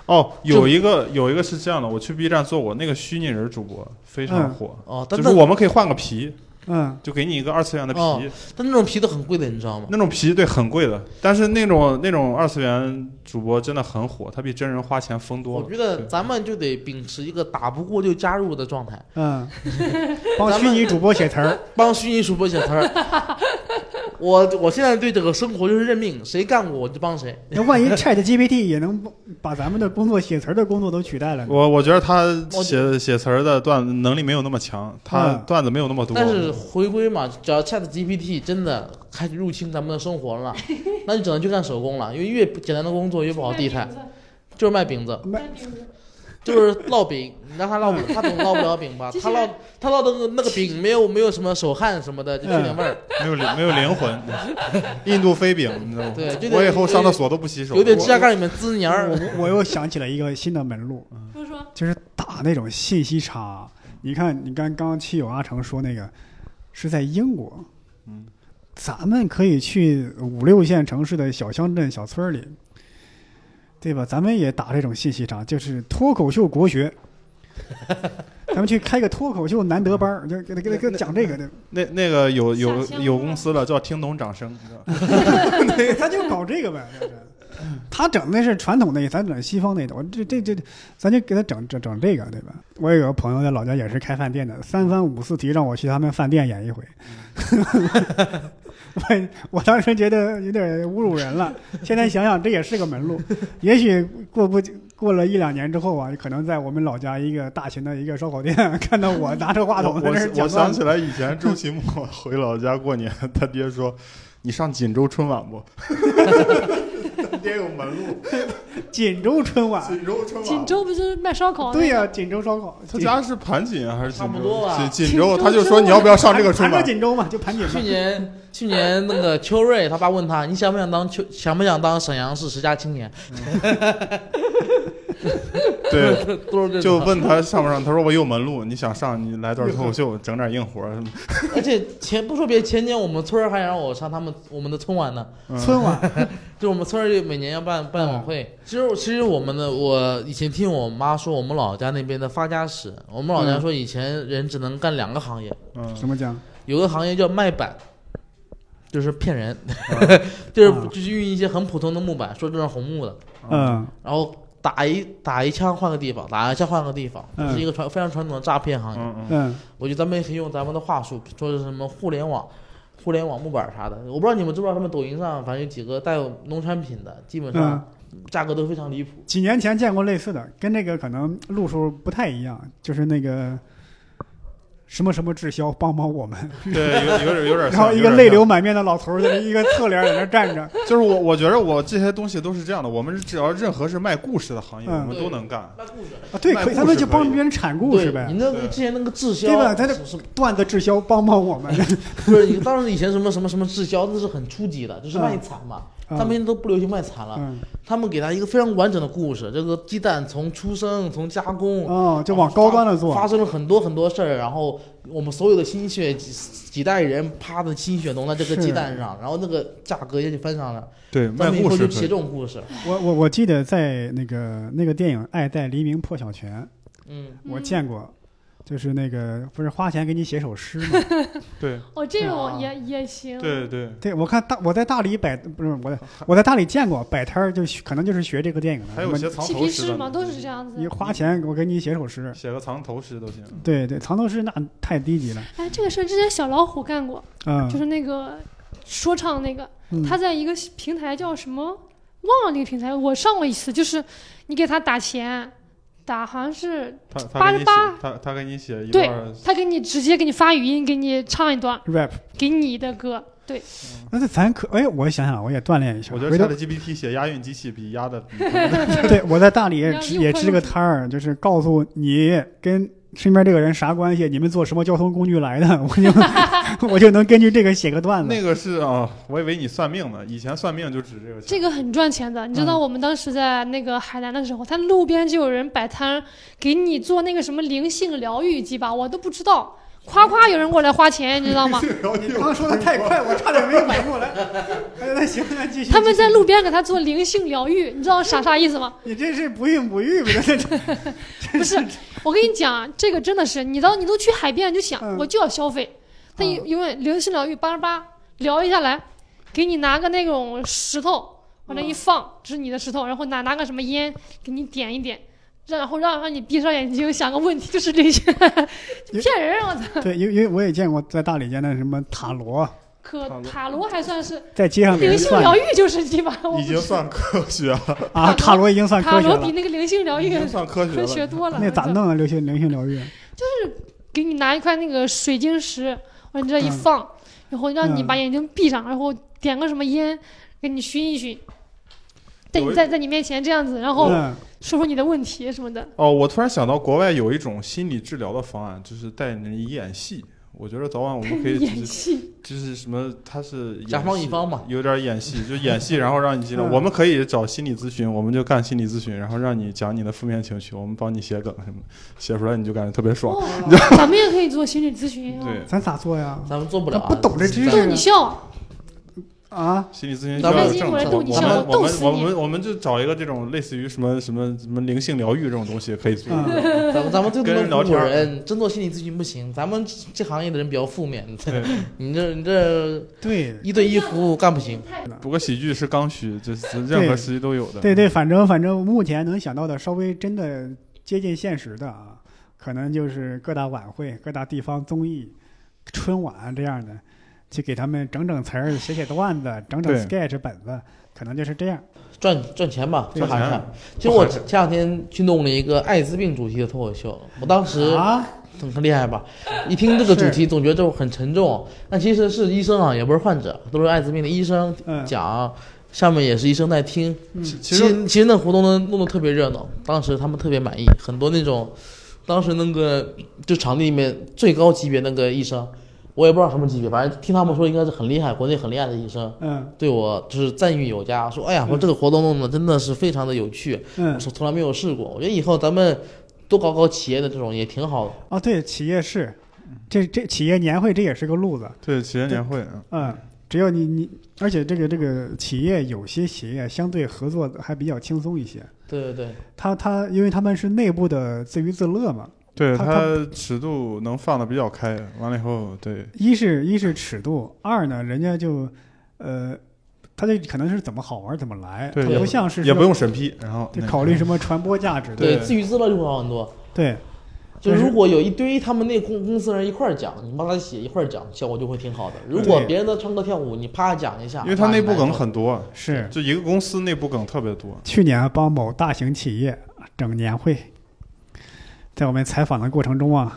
S2: 哦，有一个有一个是这样的，我去 B 站做过那个虚拟人主播，非常
S1: 嗯
S2: 火。
S3: 哦，但
S2: 就是
S3: 那
S2: 我们可以换个皮，
S1: 嗯，
S2: 就给你一个二次元的皮，
S3: 哦但那种皮都很贵的，你知道吗？
S2: 那种皮对很贵的，但是那种那种二次元主播真的很火，他比真人花钱疯多
S3: 我
S2: 了。
S3: 觉得
S2: 对
S3: 咱们就得秉持一个打不过就加入的状态，
S1: 嗯，帮虚拟主播写词儿，
S3: 帮虚拟主播写词儿。 我我现在对这个生活就是认命，谁干过我就帮谁。
S1: 那万一 Chat GPT 也能把咱们的工作写词儿的工作都取代了呢？
S2: 我我觉得他
S3: 我
S2: 写写词儿的段子能力没有那么强，他
S1: 嗯
S2: 段子没有那么多。
S3: 但是回归嘛，只要 Chat GPT 真的开始入侵咱们的生活 了，那就只能去干手工了，因为越简单的工作越不好替代，就是卖饼子，
S1: 卖
S4: 卖饼子，
S3: 就是烙饼。你让他烙不，他总烙不了饼 吧？
S4: 机器
S3: 他烙
S4: 人
S3: 他烙的那个那个饼没有没有什么手汗什么的，就去点味儿，
S2: 没有灵没有灵 魂，印度飞饼，你知道吗？
S3: 对就得
S2: 我以后上厕所都不洗手。
S3: 有点
S2: 我
S3: 指甲盖里面滋黏儿。
S1: 我我又想起了一个新的门路，
S4: 说说
S1: 就是打那种信息差。你看，你刚刚七友阿成说那个是在英国，
S2: 嗯，
S1: 咱们可以去五六线城市的小乡镇、小村儿里，对吧？咱们也打这种信息差，就是脱口秀国学。咱们去开个脱口秀难得班儿，就给他给他给他讲这个，对吧
S2: 那那个有有
S4: 下乡
S2: 有公司了，叫听懂掌声，你知道吗
S1: 他就搞这个呗，就是他整的是传统的，咱整西方那的，我这这这，咱就给他整整整这个，对吧？我有个朋友在老家也是开饭店的，三番五次提让我去他们饭店演一回， 我 我当时觉得有点侮辱人了，现在想想这也是个门路，也许过不久过了一两年之后啊，可能在我们老家一个大型的一个烧烤店看到我拿着 话筒在
S2: 我
S1: 那儿
S2: 我我
S1: 讲段
S2: 想
S1: 子
S2: 起来以前周奇墨回老家过年，他爹说：“你上锦州春晚不？” 他爹有门路，
S1: 锦州春晚，
S2: 锦州春晚。
S4: 锦州不就是卖烧烤？
S1: 对、呀、锦州烧烤，
S2: 他家是盘锦啊还是锦州
S3: 差不多吧
S2: 锦锦
S4: 锦
S2: 州，
S4: 州
S2: 他就说你要不要上这个
S1: 盘
S2: 春
S1: 着
S2: 晚？
S1: 锦州嘛，就盘锦嘛
S3: 去。年去年那个秋瑞，他爸问他，你想不想当秋，想不想当沈阳市十佳青年？
S2: 对，
S3: 都是这
S2: 就
S3: 种。
S2: 问他上不上，他说我有门路，你想上你来段脱口秀，整点硬活儿。
S3: 而且前不说别，前年我们村儿还让我上他们我们的春晚呢，
S2: 嗯，
S1: 春晚，
S3: 就我们村儿里每年要办办晚会。嗯其实其实我们的我以前听我妈说，我们老家那边的发家史，我们老家说以前人只能干两个行业，
S2: 嗯
S1: 什么讲？
S3: 有个行业叫卖板。就是骗人，
S2: 嗯
S3: 就是
S1: 啊
S3: 就是运一些很普通的木板，说这是红木的，
S1: 嗯
S3: 然后打一打一枪换个地方，打一枪换个地方，
S1: 嗯
S3: 这是一个传非常传统的诈骗行业。
S2: 嗯嗯，
S1: 嗯，
S3: 我觉得咱们也可以用咱们的话术，说是什么互联网、互联网木板啥的。我不知道你们知不知道，他们抖音上反正有几个带有农产品的，基本上
S1: 嗯
S3: 价格都非常离谱。
S1: 几年前见过类似的，跟这个可能路数不太一样，就是那个什么什么滞销，帮帮我们。
S2: 嗯对，有有点有点像。
S1: 然后一
S2: 有
S1: 个
S2: 点
S1: 泪
S2: 像
S1: 流满面的老头儿在那 一个侧脸在那站着，
S2: 就是我，我觉得我这些东西都是这样的。我们只要任何是卖故事的行业，
S1: 嗯
S2: 我们都能干。
S3: 卖故事，
S1: 啊，对，可以，他们就帮别人产故事
S3: 你
S1: 呗。
S3: 那
S2: 对
S3: 个之前那个滞销，
S1: 对吧他这
S3: 是是
S1: 段子滞 销，帮帮我们。
S3: 不是？你当时以前什么什么什么滞销，那是很初级的，就是
S1: 嗯
S3: 卖惨嘛。
S1: 嗯
S3: 他们现在都不流行卖惨了，
S1: 嗯，
S3: 他们给他一个非常完整的故事。这个鸡蛋从出生从加工，
S1: 哦，就往高端的做，
S3: 发生了很多很多事儿，然后我们所有的心血几几代人啪的心血浓在这个
S1: 是
S3: 鸡蛋上，然后那个价格也就翻上了。
S2: 对，
S3: 咱
S2: 卖
S3: 们以
S2: 故
S3: 后
S2: 事
S3: 就
S2: 可
S3: 写
S2: 以
S3: 这种故事，
S1: 我我我记得在那个那个电影《爱在黎明破晓前》，
S3: 嗯，
S1: 我
S4: 嗯
S1: 见过，就是那个不是花钱给你写首诗吗？
S2: 对
S4: 哦，这种
S3: 啊
S4: 也也行。
S2: 对对，
S1: 对，我看大我在大理摆不是 我在我在大理见过摆摊儿，就可能就是学这个电影的，什
S2: 还有
S1: 么
S2: 写藏
S4: 嬉
S2: 头
S4: 皮
S2: 诗
S4: 士
S2: 的
S4: 嘛，
S2: 呢，
S4: 都是这样
S1: 你
S4: 子。
S1: 花钱我给你写首诗，
S2: 写个藏头诗都行。
S1: 对对，藏头诗那太低级了，
S4: 哎，这个事儿之前小老虎干过，
S1: 嗯，
S4: 就是那个说唱那个，
S1: 嗯
S4: 他在一个平台叫什么，忘了那个平台，我上过一次，就是你给他打钱，打好像是
S2: 他他给你写
S4: 88
S2: 他他给你写一
S4: 对
S2: 段儿，
S4: 他给你直接给你发语音，给你唱一段，
S1: rap，
S4: 给你的歌，对，
S1: 那咱可哎，我想想，我也锻炼一下，
S2: 我觉得
S1: 回头
S2: Chat GPT 写押韵机器比押的
S1: 对我在 大理也
S4: 要
S1: 支
S4: 用
S1: 也
S4: 快
S1: 支个
S4: 用
S1: 摊儿，就是告诉你跟身边这个人啥关系，你们坐什么交通工具来的，我 就我就能根据这个写个段子。
S2: 那个是啊，我以为你算命呢，以前算命就指这个钱。
S4: 这个很赚钱的。你知道我们当时在那个海南的时候，他路边就有人摆摊，给你做那个什么灵性疗愈机吧，我都不知道，夸夸有人过来花钱，你知道吗？
S1: 你刚刚说的太快，我差点没反应过来。哎，那行，那继续。
S4: 他们在
S1: 继续，
S4: 路边给他做灵性疗愈，你知道啥啥意思吗？
S1: 你这是不孕不育吧？这 这
S4: 不是，我跟你讲啊，这个真的是，你到你都去海边，你就想、
S1: 嗯
S4: 我就要消费，他
S1: 嗯
S4: 因为灵性疗愈八十八疗一下来，给你拿个那种石头往那一放，这是你的石头，然后拿拿个什么烟给你点一点。然后让让你闭上眼睛想个问题，就是这些骗人啊！我 操，
S1: 对，因为因为我也见过在大理见的什么塔罗，
S2: 塔
S4: 可
S2: 罗
S4: 塔罗还算是
S1: 在街上给
S4: 灵
S1: 人
S4: 性疗
S1: 算
S4: 愈，就是鸡巴，我
S2: 已经算科学 了，
S1: 啊，塔罗已经算
S4: 塔
S1: 科学
S4: 罗比
S1: 了。
S4: 那个灵性疗
S2: 已
S4: 愈
S2: 经算科学
S4: 科学
S2: 了。
S4: 多了。
S1: 那咋
S4: 我操
S1: 弄啊？流行流行疗愈，
S4: 给你拿一块那个水晶石，往你这一
S1: 嗯
S4: 放，然后让你
S1: 嗯
S4: 把眼睛闭上，然后点个什么烟，给你熏一熏，在
S2: 有
S4: 你
S2: 一
S4: 在在你面前这样子，然后
S1: 嗯，
S4: 说说你的问题什么的。
S2: 哦，我突然想到，国外有一种心理治疗的方案，就是带你演戏。我觉得早晚我们可 以
S4: 演
S2: 就是
S4: 戏，
S2: 就是什么，他是演戏
S3: 甲方乙方嘛，
S2: 有点演戏，就演戏，然后让你 进来。
S1: 嗯
S2: 我们可以找心理咨询，我们就干心理咨询，然后让你讲你的负面情绪，我们帮你写梗什么的，写出来你就感觉特别爽。
S4: 哦， 咱们也可以做心理咨询啊，
S2: 对，
S1: 咱咋做呀？
S3: 咱们做不了、啊，
S1: 他不懂这知识
S4: 逗
S3: 咱
S4: 你笑，
S1: 啊，
S2: 心理咨询需
S3: 咱们
S2: 要有
S3: 已经
S2: 正
S3: 有人
S2: 常我们
S3: 逗你笑
S4: 我
S2: 我
S4: 逗
S2: 们
S4: 死
S2: 我
S4: 你
S2: 们我们就找一个这种类似于什么什么什么灵性疗愈这种东西可以做。
S1: 嗯，
S3: 咱们咱们这
S2: 跟人
S3: 么
S2: 聊
S3: 中
S2: 天
S3: 国
S2: 儿
S3: 人，真做心理咨询不行。咱们这行业的人比较负面，
S2: 对，
S3: 你这你这
S1: 对。
S3: 一对一服务干不行。
S2: 不过喜剧是刚需，就是任何时期都有的。
S1: 对对，反正反正目前能想到的稍微真的接近现实的啊，可能就是各大晚会、各大地方综艺、春晚这样的，去给他们整整词儿、写写段子、整整
S2: 对
S1: sketch 本子，可能就是这样。
S3: 赚赚钱吧，
S1: 对
S3: 这行
S2: 赚
S3: 业
S2: 钱。
S3: 其实我
S2: 赚
S3: 前两天去弄了一个艾滋病主题的脱口秀，我当时
S1: 啊，
S3: 很很厉害吧？一听这个主
S1: 是
S3: 题，总觉得这很沉重，但其实是医生啊，也不是患者，都是艾滋病的医生
S1: 嗯
S3: 讲，下面也是医生在听。
S2: 其其
S3: 其
S2: 实
S3: 实其实那活动呢弄得特别热闹，当时他们特别满意，很多那种，当时那个就场地里面最高级别那个医生，我也不知道什么级别，反正听他们说应该是很厉害，国内很厉害的医生。
S1: 嗯
S3: 对我就是赞誉有加，说哎呀，
S1: 嗯
S3: 我这个活动弄得真的是非常的有趣，我
S1: 嗯，
S3: 说从来没有试过。我觉得以后咱们多搞搞企业的这种也挺好的。
S1: 哦对，企业是，这这企业年会这也是个路子，
S2: 对企业年会，啊
S1: 嗯。只要你你，而且这个这个企业有些企业相对合作还比较轻松一些，
S3: 对对对，
S1: 他他因为他们是内部的自娱自乐嘛，
S2: 对
S1: 他
S2: 它尺度能放的比较开。完了以后，对
S1: 一是一是尺度，二呢，人家就，呃，他这可能是怎么好玩怎么来，他
S2: 对
S1: 不像是
S2: 也不
S1: 说
S2: 用审批，然后
S1: 就
S2: 那
S1: 考虑什么传播价值的，
S2: 对
S3: 自娱自乐就会好很多。
S1: 对
S3: 就
S1: 但是
S3: 如果有一堆他们那公公司人一块儿讲，你帮他写一块儿讲，效果就会挺好的。如果
S1: 对
S3: 别人在唱歌跳舞，你啪讲一下，
S2: 因为它
S3: 那
S2: 内
S3: 你
S2: 部
S3: 来
S2: 梗
S3: 说
S2: 很多，
S1: 是
S2: 就一个公司内部梗特别多。
S1: 去年帮某大型企业整年会，在我们采访的过程中啊，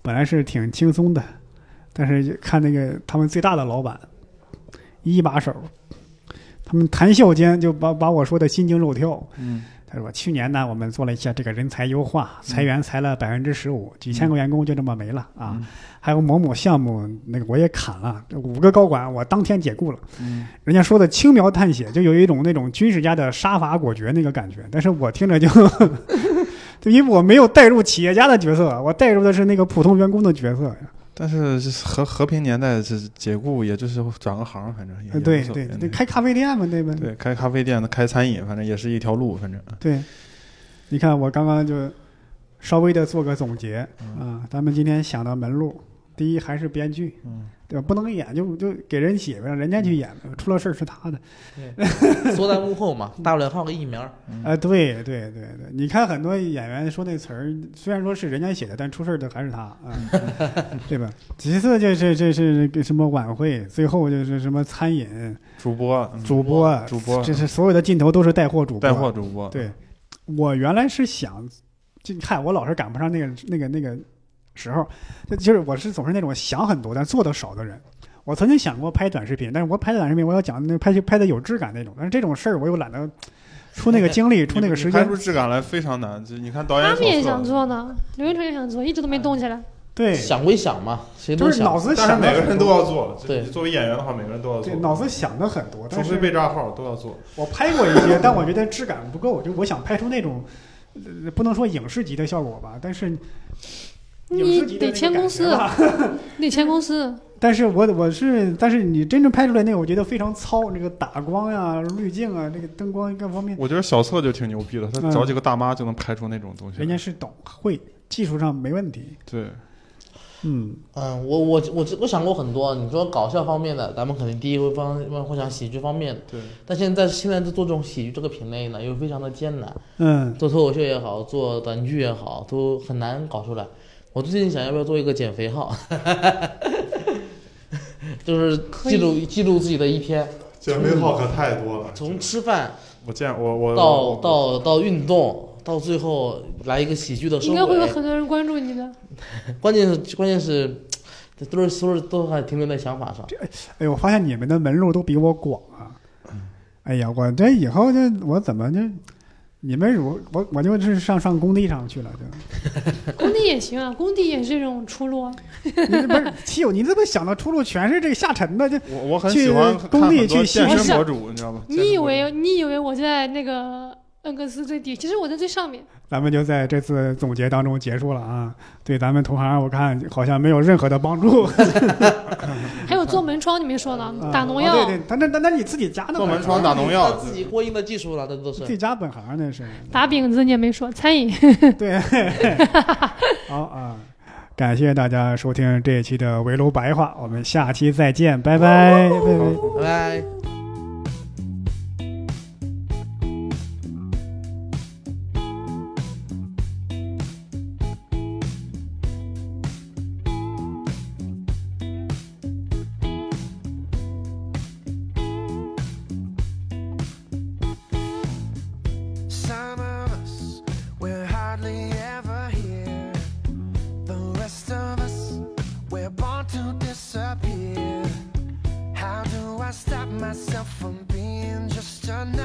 S1: 本来是挺轻松的，但是看那个他们最大的老板，一把手，他们谈笑间就把把我说的心惊肉跳，
S2: 嗯，
S1: 他说：“去年呢，我们做了一下这个人才优化，裁员裁了百分之十五，几千个员工就这么没了啊。
S2: 嗯
S1: 还有某某项目那个我也砍了，这五个高管我当天解雇了。
S2: 嗯
S1: 人家说的轻描淡写，就有一种那种军事家的杀伐果决那个感觉。但是我听着就， 就因为我没有带入企业家的角色，我带入的是那个普通员工的角色。
S2: 但是这和和平年代这解雇，也就是转个行，反正也也
S1: 呃对
S2: 无所
S1: 对
S2: 谓，嗯
S1: 那开咖啡店嘛，对吧？
S2: 对开咖啡店的、开餐饮，反正也是一条路，反正
S1: 对，你看我刚刚就稍微的做个总结啊、咱们今天想到门路，第一还是编剧，
S2: 嗯
S1: 对吧？不能演就就给人写呗，让人家去演呗，出了事儿是他的。
S3: 缩在幕后嘛，大不了换个艺 名儿。
S1: 啊、对对对对，你看很多演员说那词儿，虽然说是人家写的，但出事儿的还是他啊、 对吧？其次就是这是什么晚会，最后就是什么餐饮
S2: 主播、嗯
S1: 主播，
S2: 主播
S1: 这是所有的镜头都是带货主播。
S2: 带货主播，
S1: 对，我原来是想，就你看我老是赶不上那个那个那个时候，就就是我是总是那种想很多但做的少的人。我曾经想过拍短视频，但是我拍短视频我要讲那拍拍的有质感那种，但是这种事儿我又懒得出那个精力，
S2: 你，
S1: 出那个
S2: 你
S1: 时
S2: 拍
S1: 间
S2: 出。质感来非常难。就你看导演
S4: 他
S2: 手
S4: 们也
S2: 册
S4: 想，做呢，刘一成也想做，一直都
S2: 哎
S4: 没动起来。
S1: 对，
S3: 想归想嘛，谁
S1: 就
S3: 都
S1: 是脑
S3: 想。
S1: 子
S2: 但是
S1: 想的
S2: 每个人都要做。就
S3: 对
S2: 你作为演员的话，每个人都要做
S1: 对，脑子想的很多，
S2: 除
S1: 但
S2: 非
S1: 是
S2: 被炸号都要做。
S1: 我拍过一些，但我觉得质感不够，就我想拍出那种。呃不能说影视级的效果吧，但是影视
S4: 你
S1: 级的那
S4: 得
S1: 个
S4: 签
S1: 感
S4: 公
S1: 觉
S4: 司
S1: 吧，
S4: 你
S1: 嗯
S4: 得签公司。
S1: 但是我我是，但是你真正拍出来那个，我觉得非常糙，那个打光呀、滤镜啊、那个灯光各方面，
S2: 我觉得小策就挺牛逼的，他
S1: 嗯
S2: 找几个大妈就能拍出那种东西来。
S1: 人家是懂会，技术上没问题。
S2: 对，
S1: 嗯，
S3: 嗯，我我我我想过很多。你说搞笑方面的，咱们肯定第一会方会想喜剧方面的，
S2: 对，
S3: 但现在现在做这种喜剧这个品类呢，又非常的艰难。
S1: 嗯，
S3: 做脱口秀也好，做短剧也好，都很难搞出来。我最近想要不要做一个减肥号， 就是
S4: 可以
S3: 记录记录自己的一
S2: 啊
S3: 天，
S2: 减肥号可太多了。
S3: 从吃饭
S2: 我见我我
S3: 到
S2: 我
S3: 到到运动，到最后来一个喜剧的收
S4: 应该会有
S3: 尾。
S4: 很多人关注你 的。
S3: 关键是关键是，这都是都是都还停留在想法上。
S1: 哎呦，我发现你们的门路都比我广啊！哎呀，我这以后这我怎么就你们如我我就是上上工地上去了， 就
S4: 工地也行啊，工地也是一种出路啊。
S1: 你这不是七友，你怎么想到出路全是这个下沉的？这
S2: 我我很喜欢
S1: 去
S2: 看
S1: 工地
S2: 很多
S1: 去
S2: 健
S4: 洗
S2: 身
S4: 身
S2: 博主，你知道吗？健
S4: 你
S2: 身
S4: 以
S2: 博主
S4: 为你以为我在那个恩格斯最底，其实我在最上面。
S1: 咱们就在这次总结当中结束了啊！对咱们同行，我看好像没有任何的帮助。
S4: 还有做门窗，你没说呢，
S1: 啊
S4: 打农
S1: 啊
S4: 药。
S1: 对对，他那那那你自己家的
S2: 做
S1: 本
S2: 门
S1: 行
S2: 窗打农药
S3: 他，自己过硬的技术了，这都
S1: 自己
S3: 是。
S1: 家本行啊那是。
S4: 打饼子你也没说，餐饮
S1: 对，好啊，感谢大家收听这一期的围炉白话，我们下期再见，拜拜，拜拜。
S3: 拜拜。
S5: Some of us we're hardly ever here. The rest of us we're born to disappear. How do I stop myself from being just another?